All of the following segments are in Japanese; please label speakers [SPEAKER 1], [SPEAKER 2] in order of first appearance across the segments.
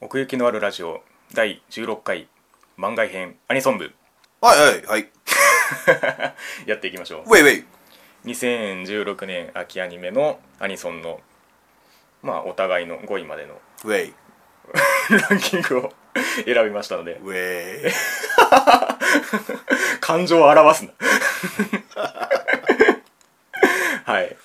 [SPEAKER 1] 奥行きのあるラジオ第16回漫画編アニソン部
[SPEAKER 2] はいはいはい。
[SPEAKER 1] やっていきましょ
[SPEAKER 2] ウェイウェイ。
[SPEAKER 1] う2016年秋アニメのアニソンのまあお互いの5位までの
[SPEAKER 2] ウェイ。
[SPEAKER 1] ランキングを選びましたので
[SPEAKER 2] ウェイ。
[SPEAKER 1] 感情を表すな はい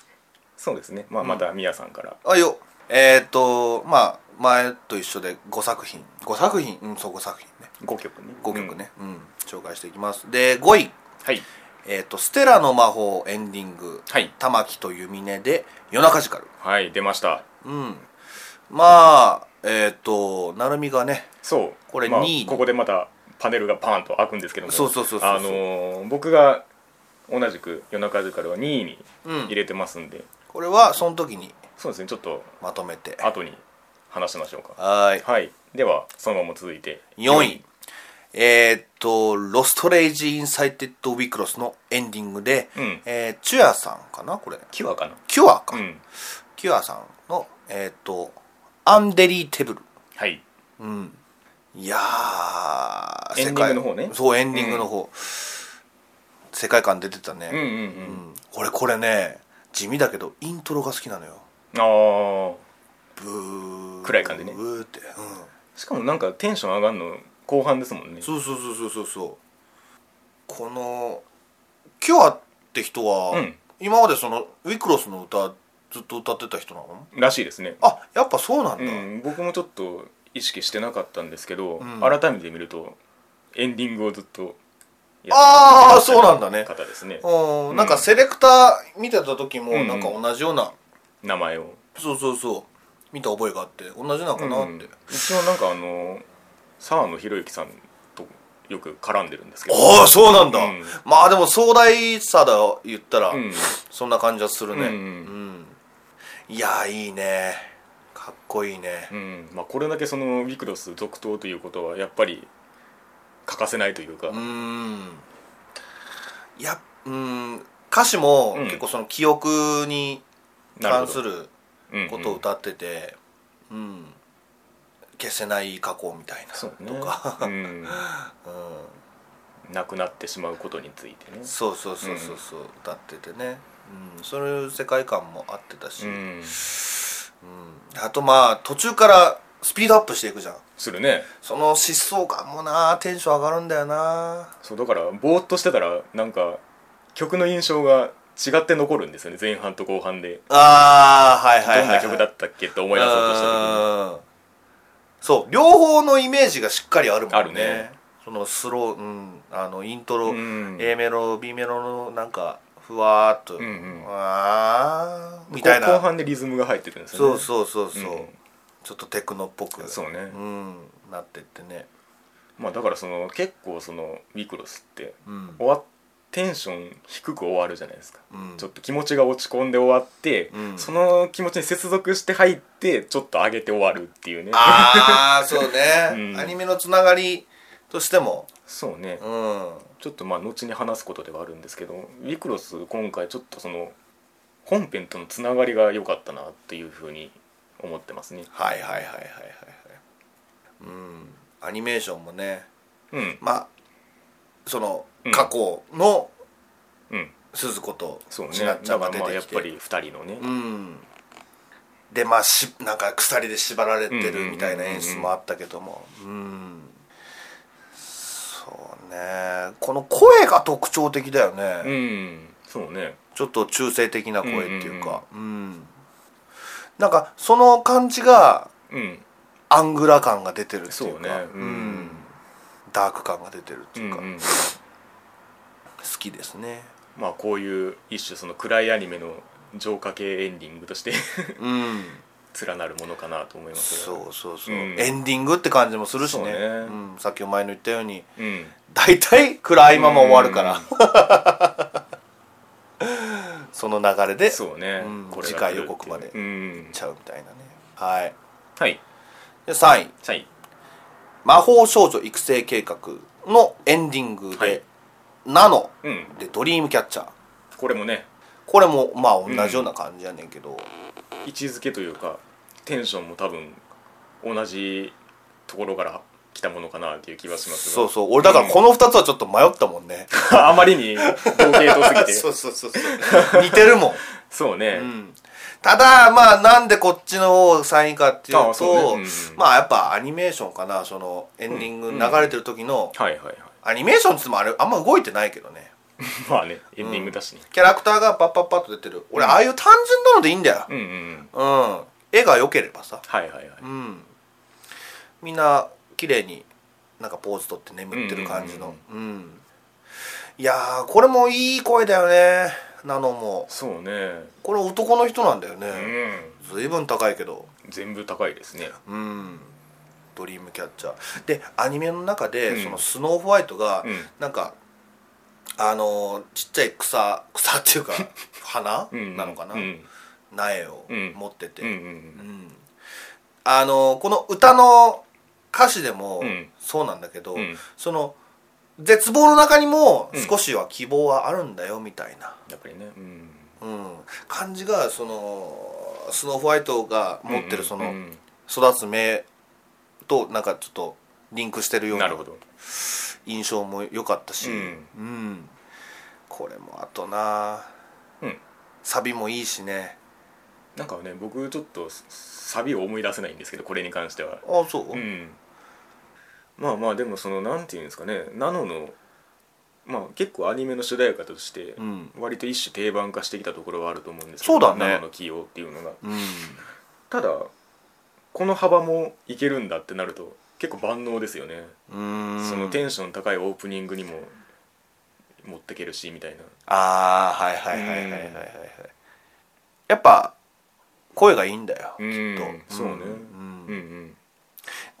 [SPEAKER 1] そうですねまあまたミヤさんから、
[SPEAKER 2] あよ。えっ、ー、と、まあ、前と一緒で5作品。5作品うん、そう5作品ね。
[SPEAKER 1] 5曲ね
[SPEAKER 2] 5曲、ね、うん。紹介していきます。で、5位。
[SPEAKER 1] うんはい
[SPEAKER 2] えっ、と、ステラの魔法エンディング。
[SPEAKER 1] はい
[SPEAKER 2] 玉木と弓音で夜中ジカル。
[SPEAKER 1] はい出ました
[SPEAKER 2] うん。まあ、えっ、ー、と、なるみがね、
[SPEAKER 1] そう
[SPEAKER 2] これ
[SPEAKER 1] まあ
[SPEAKER 2] 2位
[SPEAKER 1] ここでまたパネルがパーンと開くんですけども
[SPEAKER 2] そうそうそうそうそう
[SPEAKER 1] あのー僕が同じく夜中ジカルは2位に
[SPEAKER 2] うん
[SPEAKER 1] 入れてますんで、
[SPEAKER 2] これはその時に
[SPEAKER 1] そうですねちょっと
[SPEAKER 2] まとめて。
[SPEAKER 1] 後に話しましょうか
[SPEAKER 2] はーい。
[SPEAKER 1] はいではそのまま続いて
[SPEAKER 2] 4位。えーっと、ロストレイジ・インサイテッド・ウィクロスのエンディングで、
[SPEAKER 1] うん
[SPEAKER 2] えーチュアさんかなこれ。
[SPEAKER 1] キュアかな
[SPEAKER 2] キュアか。
[SPEAKER 1] うん
[SPEAKER 2] キュアさんの、えーっと、アンデリーテブル。
[SPEAKER 1] はい
[SPEAKER 2] うん。いやー、
[SPEAKER 1] エンディングの方ね
[SPEAKER 2] そう、エンディングの方。世界観出てた
[SPEAKER 1] うんうん
[SPEAKER 2] ね。
[SPEAKER 1] うん、
[SPEAKER 2] うん俺、これね、地味だけど、イントロが好きなのよ。
[SPEAKER 1] あ
[SPEAKER 2] ブー。
[SPEAKER 1] 暗い感じね
[SPEAKER 2] ブーって。うん。
[SPEAKER 1] あしかもなんかテンション上がるの後半ですもんね
[SPEAKER 2] そうそうそうそうそうそうこのキュアって人は、
[SPEAKER 1] うん
[SPEAKER 2] 今までそのウィクロスの歌ずっと歌ってた人なの
[SPEAKER 1] らしいですね
[SPEAKER 2] あやっぱそうなんだ、
[SPEAKER 1] うん、僕もちょっと意識してなかったんですけど、
[SPEAKER 2] ん
[SPEAKER 1] 改めて見るとエンディングをずっとやって
[SPEAKER 2] ああそうなんだね
[SPEAKER 1] 方ですね
[SPEAKER 2] うん、
[SPEAKER 1] うん
[SPEAKER 2] なんかセレクター見てた時も
[SPEAKER 1] うん
[SPEAKER 2] なんか同じような、
[SPEAKER 1] 名前を、
[SPEAKER 2] そうそうそう見た覚えがあって同じなのかなって、
[SPEAKER 1] うん一応なんかあの沢野博之さんとよく絡んでるんですけど
[SPEAKER 2] ああそうなんだ、
[SPEAKER 1] うん
[SPEAKER 2] まあでも壮大さだ言ったら、
[SPEAKER 1] うん
[SPEAKER 2] そんな感じはするね
[SPEAKER 1] う
[SPEAKER 2] うんん、いやーいいねかっこいいね
[SPEAKER 1] うんまあ、これだけそのウィクロス続投ということはやっぱり欠かせないというか、
[SPEAKER 2] うーんいやうーん歌詞も
[SPEAKER 1] うん
[SPEAKER 2] 結構その記憶に関する
[SPEAKER 1] うんうん
[SPEAKER 2] ことを歌っててうん、消せない過去みたいな
[SPEAKER 1] そうね
[SPEAKER 2] とか、
[SPEAKER 1] うん、
[SPEAKER 2] うん、
[SPEAKER 1] なくなってしまうことについてね
[SPEAKER 2] そうそうそうそうそう、歌っててね、うん、そういう世界観も合ってたし、
[SPEAKER 1] う
[SPEAKER 2] うん
[SPEAKER 1] ん
[SPEAKER 2] あとまあ途中からスピードアップしていくじゃん
[SPEAKER 1] するね
[SPEAKER 2] その疾走感もなテンション上がるんだよな
[SPEAKER 1] そうだからぼーっとしてたらなんか曲の印象が違って残るんですよね前半と後半で
[SPEAKER 2] あーはい
[SPEAKER 1] ど
[SPEAKER 2] はいはい、
[SPEAKER 1] ん
[SPEAKER 2] はい、
[SPEAKER 1] な曲だったっけって思い出そうとした時に
[SPEAKER 2] うんそう両方のイメージがしっかりあるもんね
[SPEAKER 1] あるね
[SPEAKER 2] そのスロー、うん、あのイントロ、
[SPEAKER 1] うん
[SPEAKER 2] A メロ B メロのなんかふわーっと、
[SPEAKER 1] うんうん
[SPEAKER 2] わーみたいな
[SPEAKER 1] 後半でリズムが入ってくるんですよ
[SPEAKER 2] そ
[SPEAKER 1] ね
[SPEAKER 2] うそうそうそう、
[SPEAKER 1] うん
[SPEAKER 2] ちょっとテクノっぽく
[SPEAKER 1] そうね
[SPEAKER 2] ん、なってってね、
[SPEAKER 1] まあだからその結構そのウィクロスって
[SPEAKER 2] うん
[SPEAKER 1] 終わっテンション低く終わるじゃないですか、
[SPEAKER 2] うん
[SPEAKER 1] ちょっと気持ちが落ち込んで終わって、
[SPEAKER 2] うん
[SPEAKER 1] その気持ちに接続して入ってちょっと上げて終わるっていうね
[SPEAKER 2] ああそうね、
[SPEAKER 1] うん
[SPEAKER 2] アニメのつながりとしても
[SPEAKER 1] そうね、
[SPEAKER 2] うん
[SPEAKER 1] ちょっとまあ後に話すことではあるんですけどウィクロス今回ちょっとその本編とのつながりが良かったなっていうふうに思ってますね
[SPEAKER 2] はいはいはいはいはいはいうんアニメーションもね
[SPEAKER 1] うん
[SPEAKER 2] まあその
[SPEAKER 1] うん
[SPEAKER 2] 過去の
[SPEAKER 1] うん
[SPEAKER 2] 鈴子と
[SPEAKER 1] そうね
[SPEAKER 2] しな
[SPEAKER 1] だ
[SPEAKER 2] っちゃ
[SPEAKER 1] か
[SPEAKER 2] んが
[SPEAKER 1] ら
[SPEAKER 2] 出
[SPEAKER 1] まあ
[SPEAKER 2] て
[SPEAKER 1] やっ
[SPEAKER 2] きて
[SPEAKER 1] ぱり2人のね、
[SPEAKER 2] うんでまあしなんか鎖で縛られて
[SPEAKER 1] うんうんうんうん
[SPEAKER 2] るみたいな演出もあったけどもうんそうねこの声が特徴的だよね、
[SPEAKER 1] うんそうね
[SPEAKER 2] ちょっと中性的な声っていうかうん、なんかその感じが
[SPEAKER 1] うん
[SPEAKER 2] アングラ感が出てるっていう
[SPEAKER 1] そ
[SPEAKER 2] か
[SPEAKER 1] うねうん
[SPEAKER 2] んダーク感が出てるって
[SPEAKER 1] う
[SPEAKER 2] い
[SPEAKER 1] ん
[SPEAKER 2] うか、
[SPEAKER 1] う
[SPEAKER 2] 好
[SPEAKER 1] ん
[SPEAKER 2] きですね
[SPEAKER 1] まあこういう一種その暗いアニメの浄化系エンディングとして
[SPEAKER 2] うん
[SPEAKER 1] 連なるものかなと思いますが
[SPEAKER 2] そうそうそう、
[SPEAKER 1] うん
[SPEAKER 2] エンディングって感じもするし
[SPEAKER 1] そう
[SPEAKER 2] ね
[SPEAKER 1] ね
[SPEAKER 2] うん、さっきお前の言ったように
[SPEAKER 1] うん
[SPEAKER 2] 大体暗いまま終わるから、 その流れでいっ
[SPEAKER 1] そうね、
[SPEAKER 2] うん
[SPEAKER 1] これが
[SPEAKER 2] 次回予告まで
[SPEAKER 1] 来るっていうねうん
[SPEAKER 2] ちゃうみたいなねはい
[SPEAKER 1] はい
[SPEAKER 2] で3位
[SPEAKER 1] はい
[SPEAKER 2] 「魔法少女育成計画」のエンディングで「
[SPEAKER 1] はい
[SPEAKER 2] ナノ
[SPEAKER 1] うん」
[SPEAKER 2] で「ドリームキャッチャー
[SPEAKER 1] これもね」
[SPEAKER 2] これもまあ同じような感じやねんけど、
[SPEAKER 1] 位置づけというかテンションも多分同じところから来たものかなっていう気はします
[SPEAKER 2] そうそう俺だからこの2つはちょっと迷ったもんね、
[SPEAKER 1] う あまりに同系とすぎて
[SPEAKER 2] そ
[SPEAKER 1] そう
[SPEAKER 2] うそうそうそう似てるもん
[SPEAKER 1] ね、
[SPEAKER 2] うんただまあなんでこっちの3位かっていうと
[SPEAKER 1] ああそうねうんうん
[SPEAKER 2] まあやっぱアニメーションかなそのエンディング流れてる時の、
[SPEAKER 1] はいはいはい
[SPEAKER 2] アニメーションっつってもあれあんま動いてないけどね
[SPEAKER 1] まあねエンディングだしね、
[SPEAKER 2] キャラクターがパッパッパッと出てる俺、ああいう単純なのでいいんだよ
[SPEAKER 1] うん、うんうん
[SPEAKER 2] うん、絵が良ければさ
[SPEAKER 1] はいはいはい、
[SPEAKER 2] うんみんな綺麗になんかポーズ取って眠ってる感じのうんいやーこれもいい声だよねナノも
[SPEAKER 1] そうね
[SPEAKER 2] これ男の人なんだよね、
[SPEAKER 1] う
[SPEAKER 2] 随分高いけど
[SPEAKER 1] ん全部高いですね
[SPEAKER 2] うんドリームキャッチャーでアニメの中で、
[SPEAKER 1] うん
[SPEAKER 2] そのスノーホワイトが、
[SPEAKER 1] うん
[SPEAKER 2] なんかあのーちっちゃい草草って いうか花
[SPEAKER 1] うん
[SPEAKER 2] なのかな、
[SPEAKER 1] うん
[SPEAKER 2] 苗を
[SPEAKER 1] うん
[SPEAKER 2] 持ってて、
[SPEAKER 1] うんう
[SPEAKER 2] うんんあのこの歌の歌詞でも
[SPEAKER 1] うん
[SPEAKER 2] そうなんだけど、
[SPEAKER 1] うん
[SPEAKER 2] その絶望の中にも
[SPEAKER 1] うん
[SPEAKER 2] 少しは希望はあるんだよみたいな、
[SPEAKER 1] やっぱりねうん
[SPEAKER 2] うん、感じがそのスノーホワイトが持ってるその
[SPEAKER 1] うん
[SPEAKER 2] 育つ目となんかちょっとリンクしてるよう
[SPEAKER 1] な
[SPEAKER 2] な
[SPEAKER 1] るほど
[SPEAKER 2] 印象も良かったし、
[SPEAKER 1] うん
[SPEAKER 2] うんこれもあとな
[SPEAKER 1] うん
[SPEAKER 2] サビもいいしね
[SPEAKER 1] なんかね僕ちょっとサビを思い出せないんですけどこれに関しては
[SPEAKER 2] あそう、
[SPEAKER 1] うんまあまあでもそのなんていうんですかねナノのまあ結構アニメの主題歌として
[SPEAKER 2] うん
[SPEAKER 1] 割と一種定番化してきたところはあると思うんですけ
[SPEAKER 2] そ
[SPEAKER 1] ど
[SPEAKER 2] うだね
[SPEAKER 1] ナノの起用っていうのが
[SPEAKER 2] うん、
[SPEAKER 1] ただこの幅もいけるんだってなると結構万能ですよね
[SPEAKER 2] うん
[SPEAKER 1] そのテンション高いオープニングにも持ってけるしみたいな
[SPEAKER 2] ああはいはいはいはいはいはいはいやっぱ声がいいんだよ、
[SPEAKER 1] うん
[SPEAKER 2] きっと
[SPEAKER 1] そうね
[SPEAKER 2] ん
[SPEAKER 1] うんうん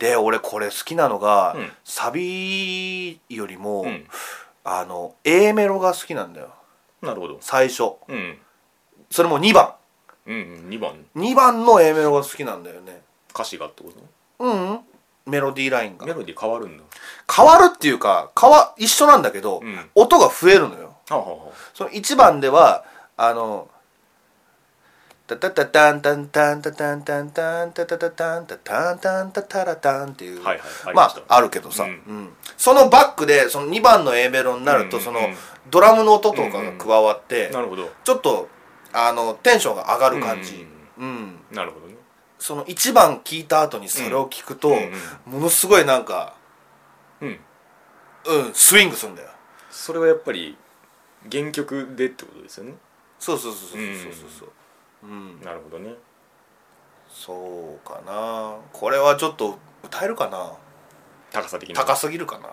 [SPEAKER 2] で俺これ好きなのが、
[SPEAKER 1] うん
[SPEAKER 2] サビよりも、
[SPEAKER 1] うん
[SPEAKER 2] あの A メロが好きなんだよ
[SPEAKER 1] なるほど
[SPEAKER 2] 最初
[SPEAKER 1] うん
[SPEAKER 2] それも2番
[SPEAKER 1] うんうん2番
[SPEAKER 2] 2番の A メロが好きなんだよね
[SPEAKER 1] 歌詞がってこ
[SPEAKER 2] うん、うん、メロディーライン
[SPEAKER 1] と
[SPEAKER 2] が
[SPEAKER 1] メロディー変わるんだ
[SPEAKER 2] 変わるっていうか変わ一緒なんだけど、
[SPEAKER 1] うん
[SPEAKER 2] 音が増えるのよ
[SPEAKER 1] はあはあはあ
[SPEAKER 2] その1番ではあの「タタタタンタンタンタタンタンタンタタタタンタタンタンタタラタン」っていう
[SPEAKER 1] はいはいあり
[SPEAKER 2] ま
[SPEAKER 1] まし
[SPEAKER 2] あ
[SPEAKER 1] た
[SPEAKER 2] あるけどさ、
[SPEAKER 1] うん
[SPEAKER 2] うんそのバックでその2番の A メロになると
[SPEAKER 1] うんう
[SPEAKER 2] そ
[SPEAKER 1] んう
[SPEAKER 2] の
[SPEAKER 1] ん
[SPEAKER 2] ドラムの音とかが加わって
[SPEAKER 1] なるほど
[SPEAKER 2] ちょっとあのテンションが上がる感
[SPEAKER 1] うん
[SPEAKER 2] じ
[SPEAKER 1] うんうん、
[SPEAKER 2] うん、
[SPEAKER 1] なるほどね
[SPEAKER 2] その1番聞いた後にそれを聞くと、
[SPEAKER 1] うんうん
[SPEAKER 2] ものすごいなんか、
[SPEAKER 1] うん
[SPEAKER 2] うん、スイングするんだよ
[SPEAKER 1] それはやっぱり原曲でってことですよね
[SPEAKER 2] そうそうそうそうそうそうそううん
[SPEAKER 1] なるほどね
[SPEAKER 2] そうかなこれはちょっと歌えるかな
[SPEAKER 1] 高さ的に
[SPEAKER 2] 高すぎるかな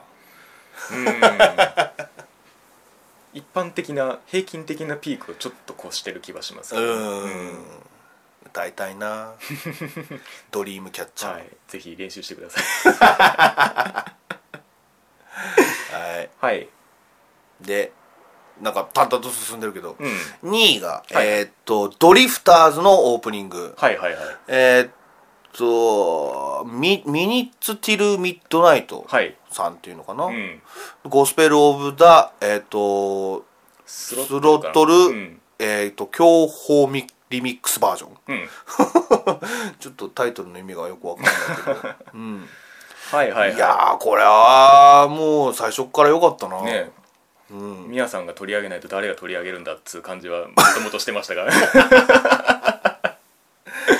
[SPEAKER 1] うん一般的な平均的なピークをちょっと越してる気はしますけど
[SPEAKER 2] うん歌いた いなドリームキャッチャー
[SPEAKER 1] はいぜひ練習してください
[SPEAKER 2] はい、
[SPEAKER 1] はい
[SPEAKER 2] でなんか淡々と進んでるけど、
[SPEAKER 1] うん
[SPEAKER 2] 2位が、
[SPEAKER 1] はい
[SPEAKER 2] えーっとドリフターズのオープニング
[SPEAKER 1] はいはいはい
[SPEAKER 2] えーっとミミニッツ・ティル・ミッドナイト
[SPEAKER 1] はい
[SPEAKER 2] さんっていうのかな、
[SPEAKER 1] うん
[SPEAKER 2] ゴスペル・オブ・ザ・えーっと
[SPEAKER 1] ス
[SPEAKER 2] ロットル
[SPEAKER 1] うん
[SPEAKER 2] えーっと競歩ミリミックスバージョン
[SPEAKER 1] うん
[SPEAKER 2] ちょっとタイトルの意味がよくわかんないけど、うん、
[SPEAKER 1] はいはい
[SPEAKER 2] いや
[SPEAKER 1] は
[SPEAKER 2] ーこれはもう最初っから良かったな、
[SPEAKER 1] いね
[SPEAKER 2] うん、
[SPEAKER 1] みやさんが取り上げないと誰が取り上げるんだっつう感じはもともとしてましたが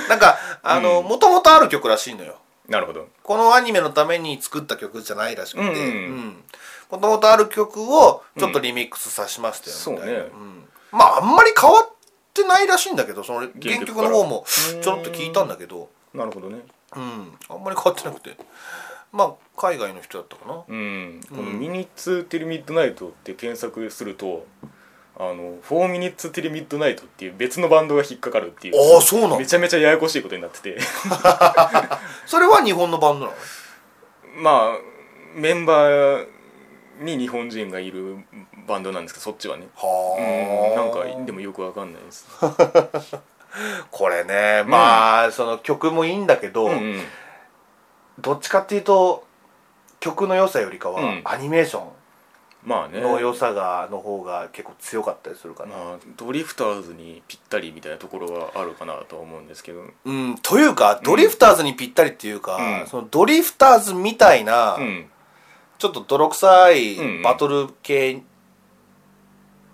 [SPEAKER 2] なんかあのもともとある曲らしいのよ
[SPEAKER 1] なるほど
[SPEAKER 2] このアニメのために作った曲じゃないらしくて
[SPEAKER 1] うんうん
[SPEAKER 2] もともとある曲をちょっとリミックスさしましたよみたいな、
[SPEAKER 1] うんそうね
[SPEAKER 2] んまああんまり変わってないらしいんだけどその
[SPEAKER 1] 原
[SPEAKER 2] 原
[SPEAKER 1] 曲
[SPEAKER 2] 曲
[SPEAKER 1] から
[SPEAKER 2] の方もちょろっと聞いたんだけど
[SPEAKER 1] なるほどね
[SPEAKER 2] うんあんまり変わってなくてまあ海外の人だったかな
[SPEAKER 1] うん、この「ミニッツ・ティル・ミッドナイト」って検索すると「あの4ミニッツ・ティル・ミッドナイト」っていう別のバンドが引っかかるっていう
[SPEAKER 2] ああそうなんだ
[SPEAKER 1] めちゃめちゃややこしいことになってて
[SPEAKER 2] それは日本のバンドなの
[SPEAKER 1] まあメンバーに日本人がいるバンドなんですけどそっちはねうんなん
[SPEAKER 2] はあ、
[SPEAKER 1] かでもよくわかんないです
[SPEAKER 2] これねまあ、その曲もいいんだけど、
[SPEAKER 1] うんうん
[SPEAKER 2] どっちかっていうと曲の良さよりかは、
[SPEAKER 1] うん
[SPEAKER 2] アニメーション
[SPEAKER 1] まあね
[SPEAKER 2] の良さがの方が結構強かったりするかな、
[SPEAKER 1] まあ、ドリフターズにぴったりみたいなところはあるかなとは思うんですけど
[SPEAKER 2] うん、というかドリフターズにぴったりっていうか、
[SPEAKER 1] うん
[SPEAKER 2] そのドリフターズみたいな、
[SPEAKER 1] うん
[SPEAKER 2] ちょっと泥臭
[SPEAKER 1] うんう
[SPEAKER 2] い
[SPEAKER 1] ん
[SPEAKER 2] バトル系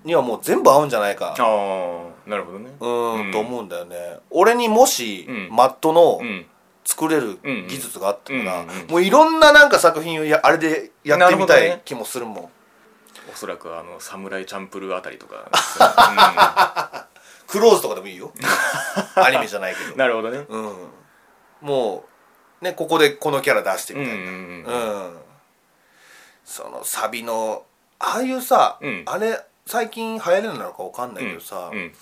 [SPEAKER 2] にはもう全部合うんじゃないか、
[SPEAKER 1] ああなるほどね
[SPEAKER 2] うん
[SPEAKER 1] うん
[SPEAKER 2] と思うんだよね俺にもし、
[SPEAKER 1] うん
[SPEAKER 2] マットの
[SPEAKER 1] うん
[SPEAKER 2] 作れる
[SPEAKER 1] うん
[SPEAKER 2] 技術があったら、
[SPEAKER 1] うんうん
[SPEAKER 2] もういろんななんか作品をやあれでやってみたい気もするもん
[SPEAKER 1] おそらくあの侍チャンプルーあたりと かです
[SPEAKER 2] クローズとかでもいい よアニメじゃないけ
[SPEAKER 1] ね、う
[SPEAKER 2] ど
[SPEAKER 1] ん、なるほどね
[SPEAKER 2] うん、もうねここでこのキャラ出して
[SPEAKER 1] うん
[SPEAKER 2] み
[SPEAKER 1] う
[SPEAKER 2] たいな、
[SPEAKER 1] んうん
[SPEAKER 2] うん、そのサビのああいうさ、
[SPEAKER 1] うん
[SPEAKER 2] あれ最近流行りなのかわかんないけどさ、
[SPEAKER 1] うん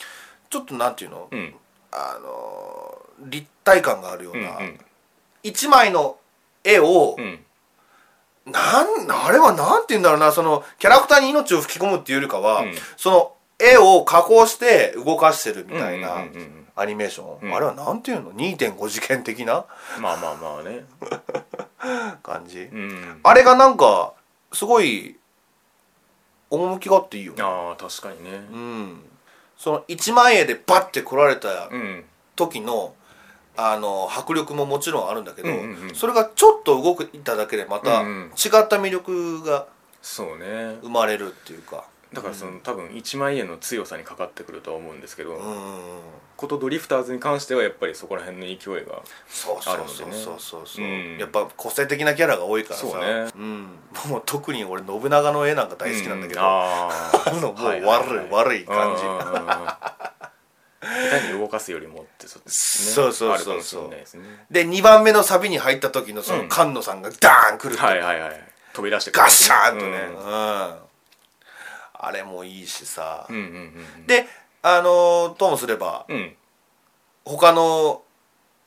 [SPEAKER 2] ちょっとなんていうの、
[SPEAKER 1] うん
[SPEAKER 2] あのー立体感があるよう
[SPEAKER 1] うん
[SPEAKER 2] な、一枚の絵を、
[SPEAKER 1] うんうん
[SPEAKER 2] なんあれはなんて言うんだろうなそのキャラクターに命を吹き込むっていうよりかは、
[SPEAKER 1] うん
[SPEAKER 2] その絵を加工して動かしてるみたいな。
[SPEAKER 1] うんうんうんうん
[SPEAKER 2] アニメーション、
[SPEAKER 1] うん
[SPEAKER 2] あれはなんていうの2.5次元的な
[SPEAKER 1] まあまあまあね
[SPEAKER 2] 感じ、
[SPEAKER 1] うん
[SPEAKER 2] あれがなんかすごい趣があっていいよね
[SPEAKER 1] ああ確かにね
[SPEAKER 2] うん、その1万円でバッて来られた
[SPEAKER 1] うん
[SPEAKER 2] 時のあの迫力ももちろんあるんだけど、
[SPEAKER 1] うんうんうん
[SPEAKER 2] それがちょっと動くいただけでまた
[SPEAKER 1] う
[SPEAKER 2] 違
[SPEAKER 1] んうん
[SPEAKER 2] った魅力が
[SPEAKER 1] そうね
[SPEAKER 2] 生まれるっていうか
[SPEAKER 1] だからその多分1万円の強さにかかってくるとは思うんですけど、
[SPEAKER 2] うんうんうん
[SPEAKER 1] ことドリフターズに関してはやっぱりそこら辺の勢いが
[SPEAKER 2] そうそ
[SPEAKER 1] あ
[SPEAKER 2] う
[SPEAKER 1] るの
[SPEAKER 2] そ
[SPEAKER 1] で
[SPEAKER 2] う
[SPEAKER 1] ね
[SPEAKER 2] そうそうそう、
[SPEAKER 1] うん
[SPEAKER 2] やっぱ個性的なキャラが多いからさ
[SPEAKER 1] そうね
[SPEAKER 2] ん、もう特に俺信長の絵なんか大好きなんだけど、
[SPEAKER 1] う
[SPEAKER 2] あ
[SPEAKER 1] あー
[SPEAKER 2] の もう
[SPEAKER 1] は
[SPEAKER 2] 悪い、
[SPEAKER 1] いはいはい
[SPEAKER 2] 悪い感じ
[SPEAKER 1] うんうんうんうん下手に動かすよりもってそ,、ね
[SPEAKER 2] そうそ
[SPEAKER 1] あ
[SPEAKER 2] うそうそう
[SPEAKER 1] るかもしれないですね
[SPEAKER 2] で2番目のサビに入った時のその菅野さんがダーン来るって
[SPEAKER 1] はいはいはい飛び出してくる
[SPEAKER 2] ガッシャーンとね、
[SPEAKER 1] う
[SPEAKER 2] うんんあれもいいしさ、
[SPEAKER 1] うんうんうん
[SPEAKER 2] であのーともすれば
[SPEAKER 1] うんうん
[SPEAKER 2] 他の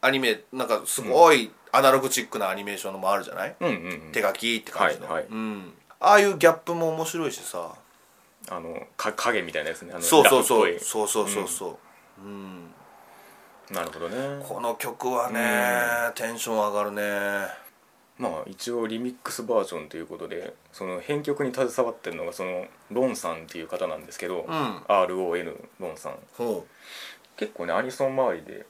[SPEAKER 2] アニメなんかすごいアナログチックなアニメーションのもあるじゃない、
[SPEAKER 1] うんうんうん
[SPEAKER 2] 手書きって感じの、
[SPEAKER 1] はいはい
[SPEAKER 2] うん、ああいうギャップも面白いしさ
[SPEAKER 1] あのか影みたいなやつねあの
[SPEAKER 2] そうそうそ
[SPEAKER 1] ラ
[SPEAKER 2] う
[SPEAKER 1] フっ
[SPEAKER 2] そうそうそうそう、うん
[SPEAKER 1] ぽいなるほどね
[SPEAKER 2] この曲はね、テンション上がるね
[SPEAKER 1] まあ一応リミックスバージョンということでその編曲に携わってるのがそのロンさんっていう方なんですけど、
[SPEAKER 2] うん
[SPEAKER 1] RON ロンさん
[SPEAKER 2] ほ
[SPEAKER 1] 結構ねアニソン周りで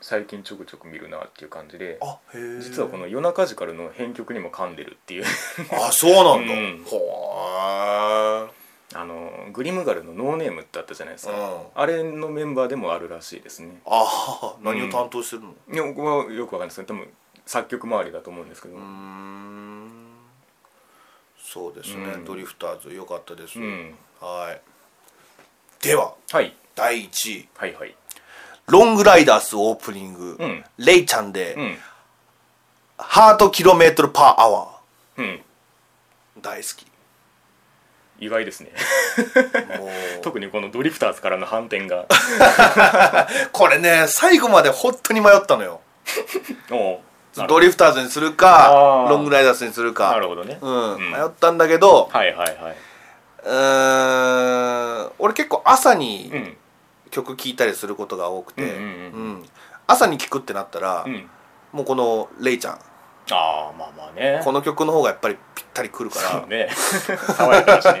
[SPEAKER 1] 最近ちょくちょく見るなっていう感じで
[SPEAKER 2] うあへえ
[SPEAKER 1] 実はこの「夜中ジカル」の編曲にも噛んでるっていう
[SPEAKER 2] あそうなんだ、
[SPEAKER 1] うん
[SPEAKER 2] ほ
[SPEAKER 1] あのグリムガルの「ノーネーム」ってあったじゃないです
[SPEAKER 2] ーう
[SPEAKER 1] か、
[SPEAKER 2] ん
[SPEAKER 1] あれのメンバーでもあるらしいですね
[SPEAKER 2] ああ何を担当してるの
[SPEAKER 1] いや僕はよくわかんないですけど多分作曲周りだと思うんですけど、
[SPEAKER 2] うーんそうですね、
[SPEAKER 1] うん
[SPEAKER 2] ドリフターズ良かったです、
[SPEAKER 1] うん
[SPEAKER 2] はいでは
[SPEAKER 1] はい
[SPEAKER 2] 第1位
[SPEAKER 1] はいはい
[SPEAKER 2] 「ロングライダースオープニング」
[SPEAKER 1] うん
[SPEAKER 2] レイちゃんで、
[SPEAKER 1] うん
[SPEAKER 2] ハートキロメートルパーアワ
[SPEAKER 1] うん
[SPEAKER 2] ー」大好 き
[SPEAKER 1] 意外ですね
[SPEAKER 2] もう
[SPEAKER 1] 特にこのドリフターズからの反転 が
[SPEAKER 2] これね最後まで本当に迷ったのよ
[SPEAKER 1] おうなる
[SPEAKER 2] ドリフターズにするか
[SPEAKER 1] あー
[SPEAKER 2] ロングライダースにするか
[SPEAKER 1] なるほどね
[SPEAKER 2] うん
[SPEAKER 1] うん
[SPEAKER 2] 迷ったんだけど
[SPEAKER 1] はいはいはいう
[SPEAKER 2] ーん俺結構朝に
[SPEAKER 1] うん
[SPEAKER 2] 曲聴いたりすることが多くて、
[SPEAKER 1] うんうん
[SPEAKER 2] うん朝に聴くってなったら、
[SPEAKER 1] うん
[SPEAKER 2] もうこのレイちゃん
[SPEAKER 1] ああまあまあね
[SPEAKER 2] この曲の方がやっぱりぴったりくるか
[SPEAKER 1] そう
[SPEAKER 2] ら
[SPEAKER 1] ね 爽やかだしね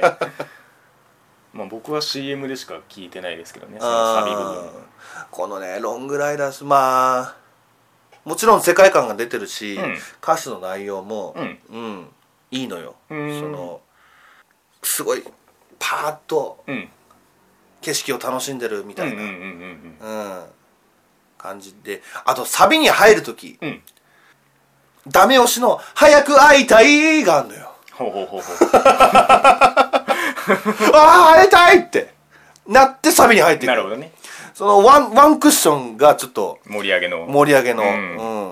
[SPEAKER 1] まあ僕は CM でしか聞いてないですけどねそのサビ部分
[SPEAKER 2] あーこのねロングライダースまあもちろん世界観が出てるし、
[SPEAKER 1] うん
[SPEAKER 2] 歌詞の内容も、
[SPEAKER 1] うん
[SPEAKER 2] うんいいのよそ
[SPEAKER 1] うん
[SPEAKER 2] のすごいパーッと
[SPEAKER 1] うん
[SPEAKER 2] 景色を楽しんでるみ
[SPEAKER 1] う
[SPEAKER 2] た
[SPEAKER 1] んう
[SPEAKER 2] い
[SPEAKER 1] んう
[SPEAKER 2] な、
[SPEAKER 1] んうん
[SPEAKER 2] うん感じであとサビに入る時
[SPEAKER 1] うんうん
[SPEAKER 2] ダメ押しの「早く会いたい」がある のよ
[SPEAKER 1] ほうほうほうほ
[SPEAKER 2] ああ会いたいってなってサビに入って
[SPEAKER 1] う
[SPEAKER 2] く
[SPEAKER 1] な
[SPEAKER 2] る
[SPEAKER 1] るほどね
[SPEAKER 2] そのワンワンクッションがちょっと
[SPEAKER 1] 盛り上げの
[SPEAKER 2] 盛り上げの、う
[SPEAKER 1] うん